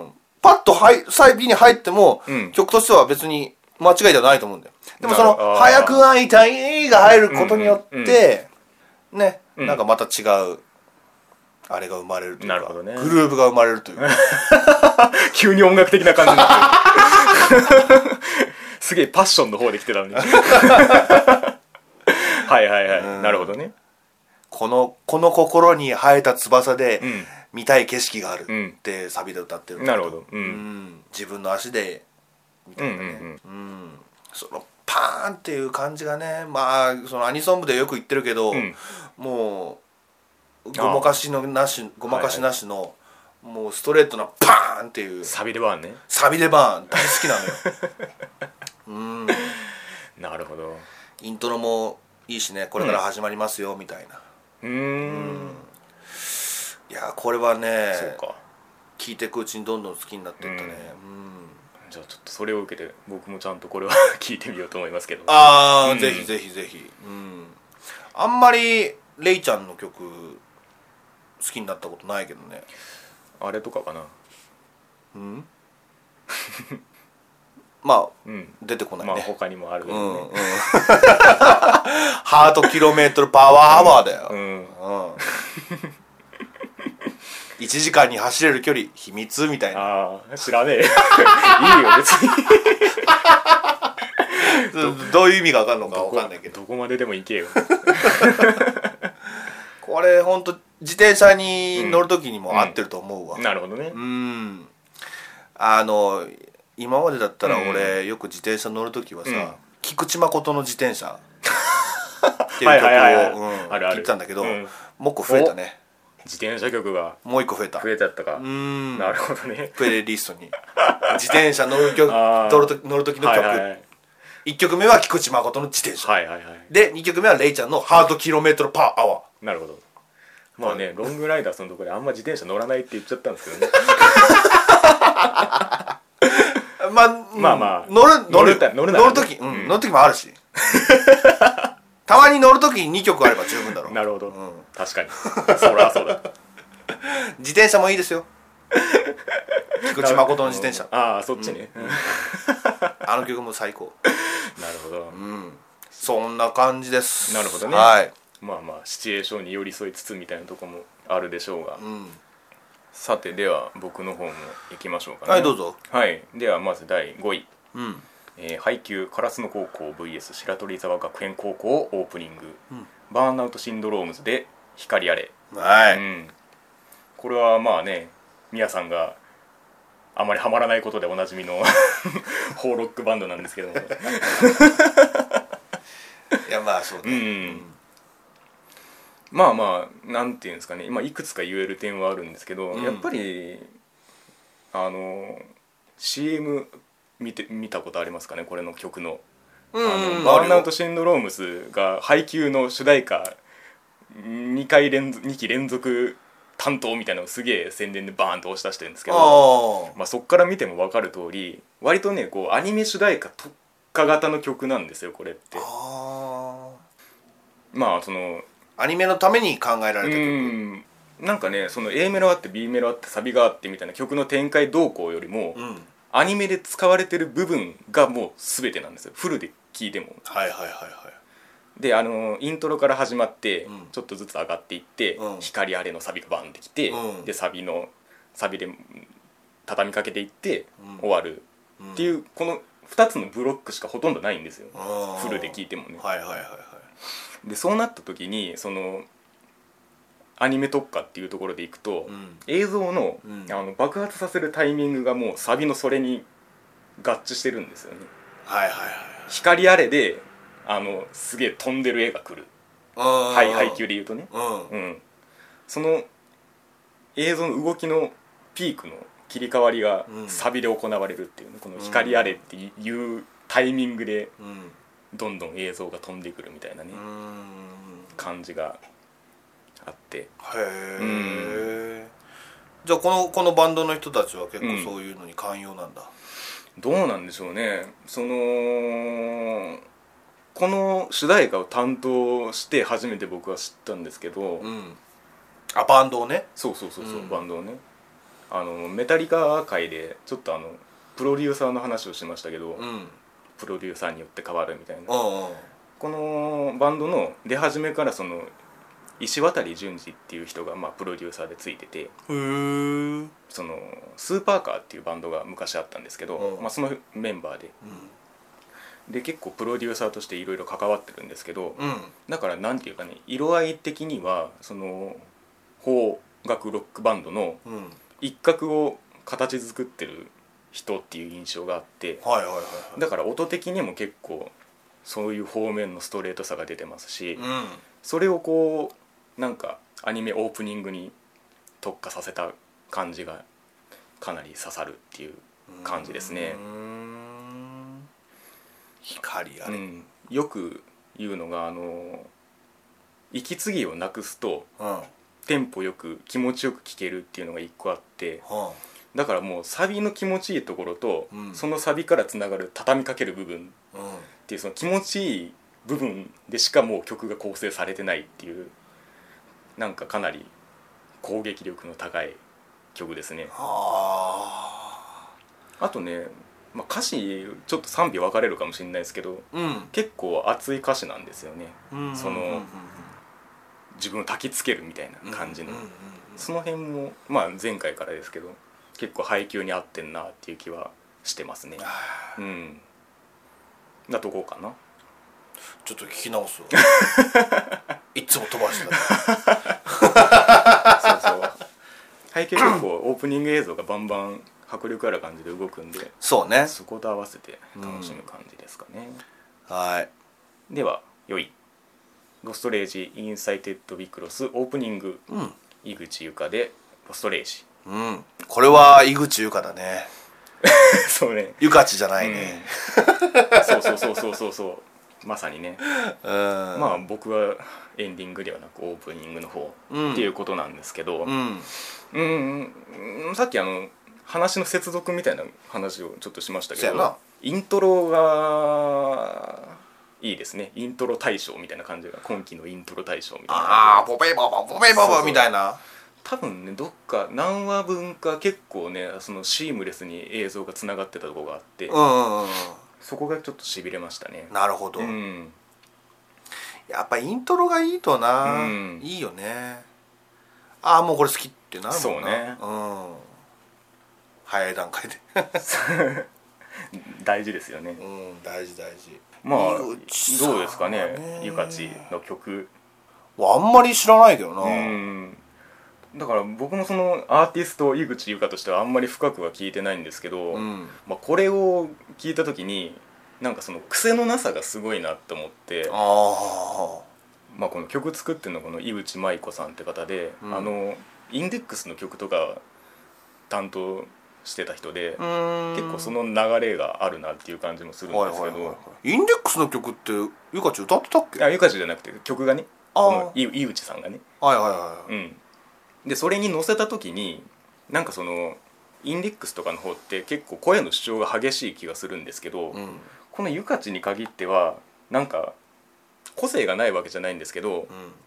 [SPEAKER 2] んパッとはいサビに入っても、
[SPEAKER 1] うん
[SPEAKER 2] 曲としては別に間違いではないと思うんだよでもそ
[SPEAKER 1] なるほ
[SPEAKER 2] の「
[SPEAKER 1] ど
[SPEAKER 2] 早く会いたい」が入ることによって、
[SPEAKER 1] うんうん
[SPEAKER 2] ね、
[SPEAKER 1] うん
[SPEAKER 2] なんかまた違うあれが生まれるというか
[SPEAKER 1] なるほどね
[SPEAKER 2] グルーブが生まれるという か
[SPEAKER 1] 急に音楽的な感じになってるすげえパッションの方で来てたのにはいはいはい、なるほどね
[SPEAKER 2] このこの心に生えた翼で
[SPEAKER 1] ん
[SPEAKER 2] 見たい景色がある
[SPEAKER 1] うん
[SPEAKER 2] ってサビで歌ってるんだけ
[SPEAKER 1] なるほどう
[SPEAKER 2] うんん自分の足で
[SPEAKER 1] うんうんうん
[SPEAKER 2] うんそのパーンっていう感じがねまあそのアニソン部でよく言ってるけど、
[SPEAKER 1] うん
[SPEAKER 2] もう
[SPEAKER 1] あ
[SPEAKER 2] ご
[SPEAKER 1] あ
[SPEAKER 2] まかしのなしごまかしなしの、もうストレートなパーンっていう
[SPEAKER 1] サビではね
[SPEAKER 2] サビでバーン大好き なのようん
[SPEAKER 1] なるほど
[SPEAKER 2] イントロもいいしねこれから始まりますよ、みたいな
[SPEAKER 1] うーん
[SPEAKER 2] いやこれはね
[SPEAKER 1] そうか
[SPEAKER 2] 聞いていくうちにどんどん好きになってったね、うん
[SPEAKER 1] じゃあちょっとそれを受けて僕もちゃんとこれは聞いてみようと思いますけど
[SPEAKER 2] ああ、
[SPEAKER 1] うん
[SPEAKER 2] ぜひぜひぜひ、うん、あんまりレイちゃんの曲好きになったことないけどね
[SPEAKER 1] あれとかかな
[SPEAKER 2] うんまあ
[SPEAKER 1] うん
[SPEAKER 2] 出てこない
[SPEAKER 1] まあ
[SPEAKER 2] ね、
[SPEAKER 1] 他にもあるけ
[SPEAKER 2] うん
[SPEAKER 1] ど
[SPEAKER 2] うん
[SPEAKER 1] ね
[SPEAKER 2] ハートキロメートルパワーアワーだよ、
[SPEAKER 1] うん
[SPEAKER 2] うん、1時間に走れる距離秘密みたいな
[SPEAKER 1] ああ知らねえいいよ別に
[SPEAKER 2] どういう意味が分かるのか分かんないけど
[SPEAKER 1] どこまででも行けよ
[SPEAKER 2] これほんと自転車に乗る時にも合ってると思うわ、
[SPEAKER 1] なるほどね
[SPEAKER 2] うんあの今までだったら
[SPEAKER 1] うん
[SPEAKER 2] 俺、よく自転車乗る時はさ、
[SPEAKER 1] うん
[SPEAKER 2] 菊池誠の自 転車って
[SPEAKER 1] はいいはいはいうはい
[SPEAKER 2] 曲をうん
[SPEAKER 1] あるある
[SPEAKER 2] 聞いてたんだけど、
[SPEAKER 1] うん
[SPEAKER 2] もう一個増えたね
[SPEAKER 1] 自転車局が
[SPEAKER 2] もう一個増えた
[SPEAKER 1] 増えちゃったか
[SPEAKER 2] うん
[SPEAKER 1] なるほどね
[SPEAKER 2] プレイリストに自転車乗る曲
[SPEAKER 1] あー
[SPEAKER 2] 乗ると乗る時の
[SPEAKER 1] はい
[SPEAKER 2] 曲、
[SPEAKER 1] はいはい
[SPEAKER 2] 1曲目は菊池誠の自転車、
[SPEAKER 1] はいはいはい
[SPEAKER 2] で2曲目はレイちゃんの「ハートキロメートルパーアワー」
[SPEAKER 1] なるほどまあねロングライダーさんのとこであんま自転車乗らないって言っちゃったんですけどね
[SPEAKER 2] まあ、うん
[SPEAKER 1] まあまあ
[SPEAKER 2] 乗る乗
[SPEAKER 1] 乗
[SPEAKER 2] る
[SPEAKER 1] るた乗るな
[SPEAKER 2] 乗
[SPEAKER 1] ら
[SPEAKER 2] る
[SPEAKER 1] ね
[SPEAKER 2] 時、うん
[SPEAKER 1] うん
[SPEAKER 2] 乗る時もあるし たまに乗る時に2曲あれば十分だろ
[SPEAKER 1] なるほど、
[SPEAKER 2] うん
[SPEAKER 1] 確かにそりゃそう だ
[SPEAKER 2] 自転車もいいですよ菊池誠の自転車
[SPEAKER 1] ああそっちね、な
[SPEAKER 2] あの曲も最高
[SPEAKER 1] るほど、
[SPEAKER 2] うんそんな感じです
[SPEAKER 1] なるほどね
[SPEAKER 2] はい、
[SPEAKER 1] まあまあシチュエーションに寄り添いつつみたいなとこもあるでしょうが、
[SPEAKER 2] うん、
[SPEAKER 1] さてでは僕の方も行きましょうかね
[SPEAKER 2] はいどうぞ
[SPEAKER 1] はいではまず第5位、
[SPEAKER 2] うん
[SPEAKER 1] えー、配給烏野高校 VS 白鳥沢学園高校オープニング、
[SPEAKER 2] ん
[SPEAKER 1] バーンアウトシンドロームズで光あれ、
[SPEAKER 2] はい、
[SPEAKER 1] うん、これはまあねミヤさんがあまりハマらないことでおなじみの ホーロックバンドなんですけど も、
[SPEAKER 2] いやまあそう
[SPEAKER 1] う
[SPEAKER 2] ね、
[SPEAKER 1] ん、まあまあなんていうんですかね、まあ、いくつか言える点はあるんですけど、
[SPEAKER 2] うん
[SPEAKER 1] やっぱりあの CM 見て見たことありますかねこれの曲の。
[SPEAKER 2] うん
[SPEAKER 1] あの
[SPEAKER 2] あ
[SPEAKER 1] バー
[SPEAKER 2] る
[SPEAKER 1] ンアウ
[SPEAKER 2] よ
[SPEAKER 1] トシンドロームスが配給の主題歌2回連続2期連続担当みたいなのをすげえ宣伝でバーンと押し出してるんですけど
[SPEAKER 2] あ
[SPEAKER 1] まあ、そっから見ても分かる通り割とねこうアニメ主題歌特化型の曲なんですよこれって
[SPEAKER 2] ーあ
[SPEAKER 1] まあその
[SPEAKER 2] ーアニメのために考えら
[SPEAKER 1] う
[SPEAKER 2] れた曲
[SPEAKER 1] んなんかねその A メロあって B メロあってサビがあってみたいな曲の展開動向よりも、
[SPEAKER 2] うん、
[SPEAKER 1] アニメで使われてる部分がもう全てなんですよフルで聴いても
[SPEAKER 2] はいはいはいはい
[SPEAKER 1] であのイントロから始まって、
[SPEAKER 2] うん
[SPEAKER 1] ちょっとずつ上がっていって「
[SPEAKER 2] うん
[SPEAKER 1] 光あれ」のサビがバンってきて、
[SPEAKER 2] うん
[SPEAKER 1] でサビのサビで畳みかけていって、
[SPEAKER 2] うん
[SPEAKER 1] 終わるっていう、この2つのブロックしかほとんどないんですよ
[SPEAKER 2] あー
[SPEAKER 1] フルで聴いてもね
[SPEAKER 2] はいはいはいはい
[SPEAKER 1] でそうなった時にそのアニメ特化っていうところでいくと、
[SPEAKER 2] うん
[SPEAKER 1] 映像の,、
[SPEAKER 2] うん
[SPEAKER 1] あの爆発させるタイミングがもうサビのそれに合致してるんですよね
[SPEAKER 2] はいはい
[SPEAKER 1] 光あれであのすげえ飛んでる絵が来る
[SPEAKER 2] は
[SPEAKER 1] はい
[SPEAKER 2] い
[SPEAKER 1] 配給
[SPEAKER 2] り
[SPEAKER 1] で言うとね、
[SPEAKER 2] うんうん
[SPEAKER 1] うん、その映像の動きのピークの切り替わりが
[SPEAKER 2] うん
[SPEAKER 1] サビで行われるっていうねこの光あれっていうタイミングで
[SPEAKER 2] うん
[SPEAKER 1] どんどん映像が飛んでくるみたいなね
[SPEAKER 2] うーん
[SPEAKER 1] 感じがあって
[SPEAKER 2] へえじゃあこのこのバンドの人たちは結構そういうのに寛容なんだ
[SPEAKER 1] どうなんでしょうねそのこの主題歌を担当して初めて僕は知ったんですけど、
[SPEAKER 2] うんあバンドをね
[SPEAKER 1] そうそうそうそう、
[SPEAKER 2] うん
[SPEAKER 1] バンドをねあのメタリカ界でちょっとあのプロデューサーの話をしましたけど、
[SPEAKER 2] うんうん
[SPEAKER 1] プロデューサーによって変わるみたいな
[SPEAKER 2] うん
[SPEAKER 1] このバンドの出始めからその石渡淳二っていう人がまあプロデューサーでついてて
[SPEAKER 2] うんへえ
[SPEAKER 1] そのスーパーカーっていうバンドが昔あったんですけど、
[SPEAKER 2] うん
[SPEAKER 1] まあ、そのメンバーでで結構プロデューサーとしていろいろ関わってるんですけど、
[SPEAKER 2] うん
[SPEAKER 1] だからなんていうかね色合い的にはその邦楽ロックバンドの
[SPEAKER 2] うん
[SPEAKER 1] 一角を形作ってる人っていう印象があって
[SPEAKER 2] はいはいはいはい
[SPEAKER 1] だから音的にも結構そういう方面のストレートさが出てますし、
[SPEAKER 2] うん
[SPEAKER 1] それをこうなんかアニメオープニングに特化させた感じがかなり刺さるっていう感じですね
[SPEAKER 2] うーん光あ
[SPEAKER 1] う
[SPEAKER 2] れ、
[SPEAKER 1] ん、よく言うのがあの息継ぎをなくすと
[SPEAKER 2] うんうん
[SPEAKER 1] テンポよく気持ちよく聴けるっていうのが一個あってだからもうサビの気持ちいいところと、
[SPEAKER 2] うん
[SPEAKER 1] そのサビからつながる畳みかける部分
[SPEAKER 2] うん
[SPEAKER 1] っていうその気持ちいい部分でしかもう曲が構成されてないっていうなんかかなり攻撃力の高い曲ですね
[SPEAKER 2] あ
[SPEAKER 1] あとね、まあ、歌詞ちょっと賛否分かれるかもしれないですけど
[SPEAKER 2] ーうん
[SPEAKER 1] 結構熱い歌詞なんですよね
[SPEAKER 2] うん
[SPEAKER 1] その
[SPEAKER 2] うんうん
[SPEAKER 1] 自分を焚きつけるみたいな
[SPEAKER 2] うん
[SPEAKER 1] 感じの
[SPEAKER 2] うんうんうん
[SPEAKER 1] その辺も、まあ、前回からですけど結構配給に合ってんなっていう気はしてますね
[SPEAKER 2] あ
[SPEAKER 1] うんなとこかな
[SPEAKER 2] ーちょっと聞き直すわいっつも飛ばしてた
[SPEAKER 1] そうそう背景結構オープニング映像がバンバン迫力ある感じで動くんで
[SPEAKER 2] そうね
[SPEAKER 1] そこと合わせて楽しむ感じですかね、
[SPEAKER 2] はい
[SPEAKER 1] では良い「ロストレージ・インサイテッド・ビクロス」オープニング
[SPEAKER 2] うん
[SPEAKER 1] 井口優香で「ロストレー ジ
[SPEAKER 2] うんこれは井口優香だね」
[SPEAKER 1] そうね
[SPEAKER 2] ゆかちじゃないね
[SPEAKER 1] うんそうそうそうそうそうそうまさにね
[SPEAKER 2] うん
[SPEAKER 1] ま
[SPEAKER 2] ま
[SPEAKER 1] あ僕はエンディングではなくオープニングの方
[SPEAKER 2] うん
[SPEAKER 1] っていうことなんですけど、
[SPEAKER 2] うん
[SPEAKER 1] うんうんうんさっきあの話の接続みたいな話をちょっとしましたけ
[SPEAKER 2] そやな
[SPEAKER 1] どイントロがいいですねイントロ大賞みたいな感じが今期のイントロ大賞みたいな
[SPEAKER 2] ああ
[SPEAKER 1] 感じ
[SPEAKER 2] ポペババポ
[SPEAKER 1] そ
[SPEAKER 2] ペバ
[SPEAKER 1] う
[SPEAKER 2] バ
[SPEAKER 1] そう
[SPEAKER 2] みたいな
[SPEAKER 1] 多分ねどっか何話分か結構ねそのシームレスに映像がつながってたとこがあって、
[SPEAKER 2] うんうんうん
[SPEAKER 1] そこがちょっとしびれましたね
[SPEAKER 2] なるほど
[SPEAKER 1] うん
[SPEAKER 2] やっぱイントロがいいとな、
[SPEAKER 1] うん
[SPEAKER 2] いいよねああもうこれ好きってなるもんな
[SPEAKER 1] そ
[SPEAKER 2] うん、早い段階で
[SPEAKER 1] 大事ですよね
[SPEAKER 2] うん大事大事
[SPEAKER 1] まあ
[SPEAKER 2] 井口さんは
[SPEAKER 1] どうですかね
[SPEAKER 2] ね
[SPEAKER 1] ゆかちの曲
[SPEAKER 2] あんまり知らないけどな、
[SPEAKER 1] うんだから僕もそのアーティスト井口優香としてはあんまり深くは聞いてないんですけど、
[SPEAKER 2] うん
[SPEAKER 1] まあ、これを聞いた時になんかその癖のなさがすごいなと思って
[SPEAKER 2] ああ
[SPEAKER 1] まあ、この曲作ってるのはこの井口舞子さんって方で、
[SPEAKER 2] うん
[SPEAKER 1] あのインデックスの曲とか担当してた人で、
[SPEAKER 2] うん
[SPEAKER 1] 結構その流れがあるなっていう感じもするん
[SPEAKER 2] はい
[SPEAKER 1] です
[SPEAKER 2] はい
[SPEAKER 1] け
[SPEAKER 2] はいは
[SPEAKER 1] ど
[SPEAKER 2] いインデックスの曲ってゆかち歌ってたっけ
[SPEAKER 1] あゆかちじゃなくて曲がね
[SPEAKER 2] あー
[SPEAKER 1] この井井口さんがね
[SPEAKER 2] はいはいはい、
[SPEAKER 1] うん、でそれに乗せた時になんかそのインデックスとかの方って結構声の主張が激しい気がするんですけど、
[SPEAKER 2] うん
[SPEAKER 1] この「ゆかち」に限ってはなんか個性がないわけじゃないんですけど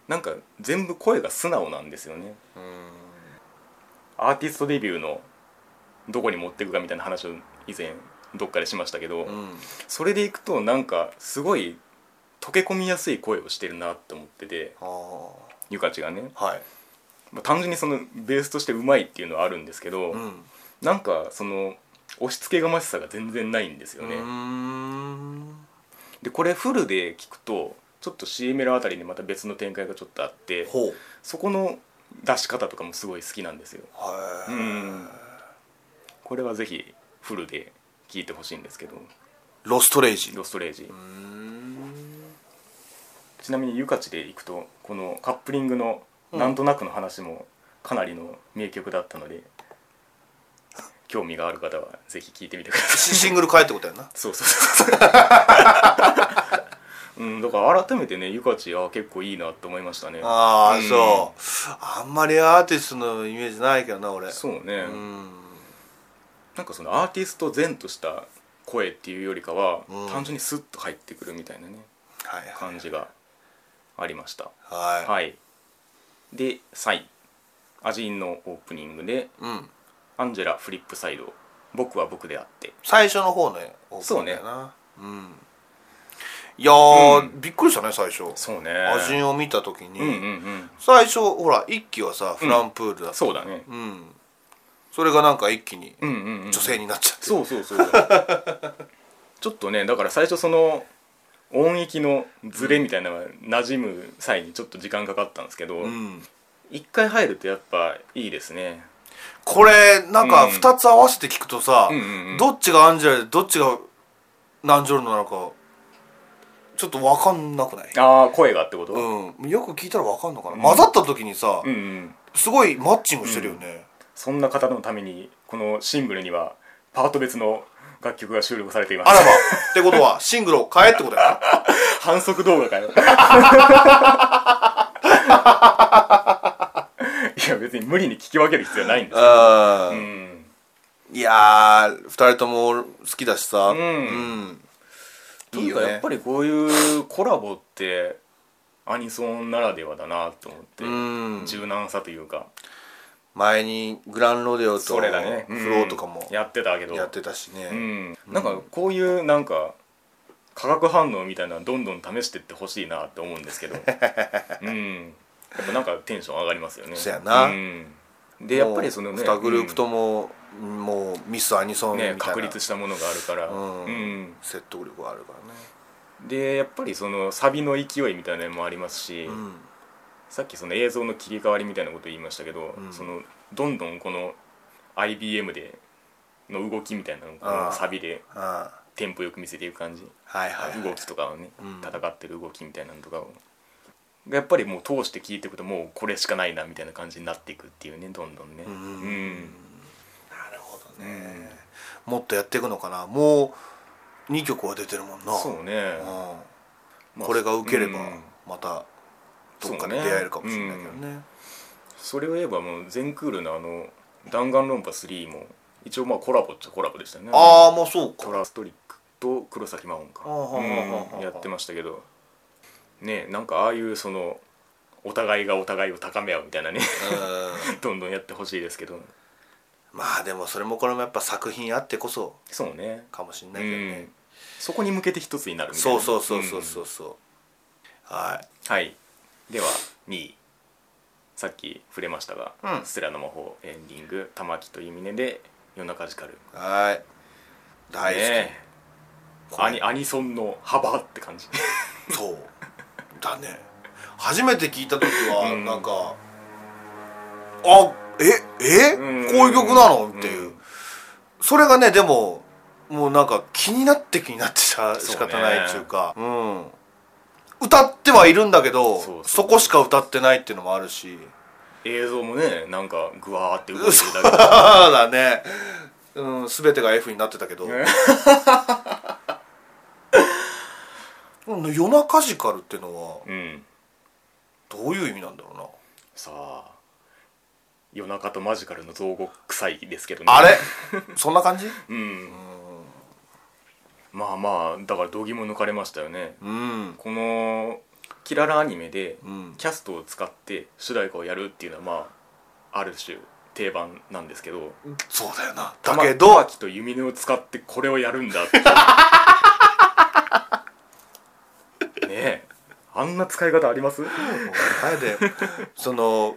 [SPEAKER 1] なんか全部声が素直なんですよね
[SPEAKER 2] うん
[SPEAKER 1] アーティストデビューのどこに持っていくかみたいな話を以前どっかでしましたけど、
[SPEAKER 2] うん
[SPEAKER 1] それでいくとなんかすごい溶け込みやすい声をしてるなって思ってて
[SPEAKER 2] ああ
[SPEAKER 1] ゆかちがね、
[SPEAKER 2] はい
[SPEAKER 1] まあ、単純にそのベースとしてうまいっていうのはあるんですけど、
[SPEAKER 2] うん
[SPEAKER 1] なんかその押し付けがましさが全然ないんですよね、
[SPEAKER 2] うん
[SPEAKER 1] でこれフルで聞くとちょっと C メロあたりにまた別の展開がちょっとあって
[SPEAKER 2] ほう
[SPEAKER 1] そこの出し方とかもすごい好きなんですよ
[SPEAKER 2] はい、
[SPEAKER 1] うんこれはぜひフルで聞いてほしいんですけど
[SPEAKER 2] ロストレ
[SPEAKER 1] 「
[SPEAKER 2] イジ
[SPEAKER 1] ロストレージ」
[SPEAKER 2] うん
[SPEAKER 1] ちなみに「ゆかち」でいくとこのカップリングの「なんとなく」の話もかなりの名曲だったので、興味がある方はぜひ聞いてみてください
[SPEAKER 2] シシングル変えってことやな
[SPEAKER 1] そうそうそうそう。うん、 だから改めてね、ゆかちは結構いいなと思いましたね。
[SPEAKER 2] ああ、
[SPEAKER 1] ん
[SPEAKER 2] そうあんまりアーティストのイメージないけどな俺
[SPEAKER 1] そうね、
[SPEAKER 2] うん
[SPEAKER 1] なんかそのアーティスト前とした声っていうよりかは、
[SPEAKER 2] うん
[SPEAKER 1] 単純にスッと入ってくるみたいなね、
[SPEAKER 2] はいはい
[SPEAKER 1] 感じがありました。
[SPEAKER 2] はい、
[SPEAKER 1] はい。で、3位。アジンのオープニングで、
[SPEAKER 2] うん、
[SPEAKER 1] アンジェラ・フリップサイド、僕は僕であって。
[SPEAKER 2] 最初の方ねオープ
[SPEAKER 1] そ
[SPEAKER 2] ニ
[SPEAKER 1] う
[SPEAKER 2] ング
[SPEAKER 1] ね
[SPEAKER 2] やなうんいやー、
[SPEAKER 1] うん
[SPEAKER 2] びっくりしたね最初
[SPEAKER 1] そうね。
[SPEAKER 2] アジンを見た時に、
[SPEAKER 1] うんうんうん。
[SPEAKER 2] 最初ほら一期はさフランプールだった
[SPEAKER 1] そうだね。
[SPEAKER 2] うん、それがなんか一気に
[SPEAKER 1] うんうん、うん。
[SPEAKER 2] 女性になっちゃって、
[SPEAKER 1] そうそうそう ちょっとねだから最初その音域のズレみたいなのが馴染む際にちょっと時間かかったんですけど、
[SPEAKER 2] うん、
[SPEAKER 1] 一回入るとやっぱいいですね
[SPEAKER 2] これなんか
[SPEAKER 1] うん
[SPEAKER 2] 2つ合わせて聞くとさ、
[SPEAKER 1] うんうんうん
[SPEAKER 2] どっちがアンジェラでどっちがナンジョルノなのかちょっと分かんなくない
[SPEAKER 1] ああ声がってこと、
[SPEAKER 2] うんよく聞いたら分かんのかな、
[SPEAKER 1] うん
[SPEAKER 2] 混ざった時にさ、
[SPEAKER 1] うんうん
[SPEAKER 2] すごいマッチングしてるよね、
[SPEAKER 1] そんな方のためにこのシングルにはパート別の楽曲が収録されていま
[SPEAKER 2] あら
[SPEAKER 1] す
[SPEAKER 2] ばってことはシングルを変えってことやな
[SPEAKER 1] 反則動画かよいや別に無理に聞き分ける必要はないんですよ
[SPEAKER 2] あ
[SPEAKER 1] う
[SPEAKER 2] ー
[SPEAKER 1] ん
[SPEAKER 2] いやー2人とも好きだしさ
[SPEAKER 1] ん
[SPEAKER 2] うん
[SPEAKER 1] というかやっぱりこういうコラボってアニソンならではだなと思って、
[SPEAKER 2] うん
[SPEAKER 1] 柔軟さというか
[SPEAKER 2] 前にグランロデオと
[SPEAKER 1] そ
[SPEAKER 2] フロ
[SPEAKER 1] れだね、
[SPEAKER 2] ーとかも
[SPEAKER 1] うんやってたけど
[SPEAKER 2] やってたしね、
[SPEAKER 1] うん、なんかこういうなんか化学反応みたいなのどんどん試してってほしいなって思うんですけど うんやっぱなんかテンション上がりますよね、
[SPEAKER 2] そやなん
[SPEAKER 1] でやっぱりそのね
[SPEAKER 2] 2グループとも、もうミスアニ
[SPEAKER 1] う
[SPEAKER 2] ソン
[SPEAKER 1] ん
[SPEAKER 2] みたい
[SPEAKER 1] ね
[SPEAKER 2] な、
[SPEAKER 1] 確立したものがあるから、
[SPEAKER 2] うん
[SPEAKER 1] うん
[SPEAKER 2] 説得力があるからね
[SPEAKER 1] でやっぱりそのサビの勢いみたいなのもありますし、
[SPEAKER 2] うん
[SPEAKER 1] さっきその映像の切り替わりみたいなこと言いましたけど、
[SPEAKER 2] うん
[SPEAKER 1] そのどんどんこの IBM での動きみたいなのをこ
[SPEAKER 2] あ
[SPEAKER 1] の
[SPEAKER 2] あ
[SPEAKER 1] サビで
[SPEAKER 2] ああ
[SPEAKER 1] テンポよく見せていく感じ
[SPEAKER 2] はいはい、はい
[SPEAKER 1] 動きとかをね、
[SPEAKER 2] うん
[SPEAKER 1] 戦ってる動きみたいなのとかをがやっぱりもう通して聞いていくともうこれしかないなみたいな感じになっていくっていうねどんどんね、
[SPEAKER 2] うん
[SPEAKER 1] うん
[SPEAKER 2] なるほどね、もっとやっていくのかなもう2曲は出てるもんな
[SPEAKER 1] そうね
[SPEAKER 2] う、ん
[SPEAKER 1] まあ
[SPEAKER 2] これが受ければ
[SPEAKER 1] うん
[SPEAKER 2] またどっかで出会えるかもしれないけど
[SPEAKER 1] そうね
[SPEAKER 2] ね
[SPEAKER 1] それを言えばもう全クールのあの「弾丸論破3」も一応まあコラボっちゃコラボでしたね
[SPEAKER 2] ああまあそう
[SPEAKER 1] ト
[SPEAKER 2] か
[SPEAKER 1] ラストリックと黒崎真音か
[SPEAKER 2] あーはーはーはーはー
[SPEAKER 1] うんやってましたけどねなんかああいうそのお互いがお互いを高め合うみたいなね
[SPEAKER 2] うん
[SPEAKER 1] どんどんやってほしいですけど
[SPEAKER 2] まあでもそれもこれもやっぱ作品あってこそ
[SPEAKER 1] そうね
[SPEAKER 2] かもしれ
[SPEAKER 1] う
[SPEAKER 2] ないけどね
[SPEAKER 1] ん、そこに向けて一つになるみたい
[SPEAKER 2] そ
[SPEAKER 1] な
[SPEAKER 2] うそうそうそうそううそう、は
[SPEAKER 1] ん
[SPEAKER 2] い
[SPEAKER 1] はいでは2位さっき触れましたが「
[SPEAKER 2] うん
[SPEAKER 1] ステラの魔法」エンディング「玉木とゆみね」で「夜中ジカル
[SPEAKER 2] はい」大好き、
[SPEAKER 1] ね
[SPEAKER 2] これ
[SPEAKER 1] アニアニソンの幅って感 じ
[SPEAKER 2] そうだね初めて聞いた時は
[SPEAKER 1] うん
[SPEAKER 2] なんか、あええ、
[SPEAKER 1] うん
[SPEAKER 2] こういう曲なのっていう、
[SPEAKER 1] うん
[SPEAKER 2] それがねでももうなんか気になって気になってしゃ
[SPEAKER 1] そう
[SPEAKER 2] 仕
[SPEAKER 1] ね
[SPEAKER 2] 方ないっていうかう、ん、歌ってはいるんだけど
[SPEAKER 1] そう
[SPEAKER 2] そ
[SPEAKER 1] そう
[SPEAKER 2] こしか歌ってないっていうのもあるし
[SPEAKER 1] 映像もねなんかグワーって動いて
[SPEAKER 2] 嘘
[SPEAKER 1] るだけ
[SPEAKER 2] だね、うん、全てが F になってたけど、
[SPEAKER 1] ね
[SPEAKER 2] うん夜中ジカルっていうのは
[SPEAKER 1] うん
[SPEAKER 2] どういう意味なんだろうな
[SPEAKER 1] さあ夜中とマジカルの造語臭いですけどね
[SPEAKER 2] あれそんな感じ
[SPEAKER 1] うんまあまあだから度肝抜かれましたよね
[SPEAKER 2] うん
[SPEAKER 1] このキララアニメで
[SPEAKER 2] うん
[SPEAKER 1] キャストを使って主題歌をやるっていうのはまあある種定番なんですけど
[SPEAKER 2] そうだよな
[SPEAKER 1] た
[SPEAKER 2] だ
[SPEAKER 1] ま
[SPEAKER 2] けど
[SPEAKER 1] 玉木と弓音を使ってこれをやるんだ っていうねえあんな使い方あります
[SPEAKER 2] あれで その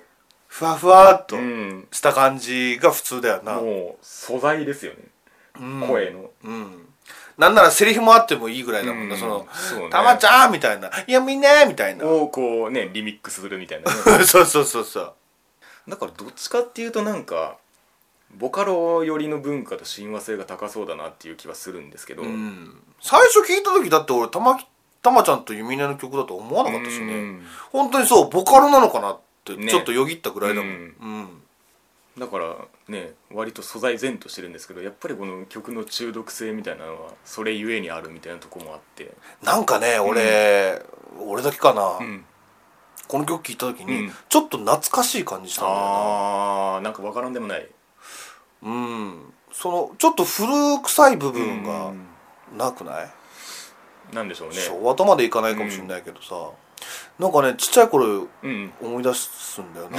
[SPEAKER 2] ふわふわっと
[SPEAKER 1] うん
[SPEAKER 2] した感じが普通だよな、
[SPEAKER 1] もう素材ですよね、
[SPEAKER 2] うん
[SPEAKER 1] 声の
[SPEAKER 2] うんなんならセリフもあってもいいぐらいだもんな、
[SPEAKER 1] うん
[SPEAKER 2] その
[SPEAKER 1] そうね
[SPEAKER 2] 「たまちゃん!」みたいな「いやみんな!」みたいな
[SPEAKER 1] をこうねリミックスするみたい なね
[SPEAKER 2] そうそうそうそう
[SPEAKER 1] だからどっちかっていうとなんかボカロ寄りの文化と親和性が高そうだなっていう気はするんですけど、
[SPEAKER 2] うん最初聞いた時だって俺たまたまちゃんとゆみねの曲だと思わなかったしね、
[SPEAKER 1] うん
[SPEAKER 2] 本当にそうボカロなのかなって
[SPEAKER 1] ね
[SPEAKER 2] ちょっとよぎったぐらいだもん、
[SPEAKER 1] うん
[SPEAKER 2] うん
[SPEAKER 1] だからね割と素材善としてるんですけどやっぱりこの曲の中毒性みたいなのはそれゆえにあるみたいなとこもあって、
[SPEAKER 2] なんかね俺、俺だけかな、
[SPEAKER 1] うん
[SPEAKER 2] この曲聴いた時に、
[SPEAKER 1] うん
[SPEAKER 2] ちょっと懐かしい感じしたんだよな
[SPEAKER 1] あーなんかわからんでもない
[SPEAKER 2] うんそのちょっと古臭い部分
[SPEAKER 1] う
[SPEAKER 2] が
[SPEAKER 1] ん
[SPEAKER 2] なくない、
[SPEAKER 1] なんでしょうね
[SPEAKER 2] 昭和とまでいかないかもしれないけどさ、なんかねちっちゃい頃
[SPEAKER 1] うん
[SPEAKER 2] 思い出すんだよな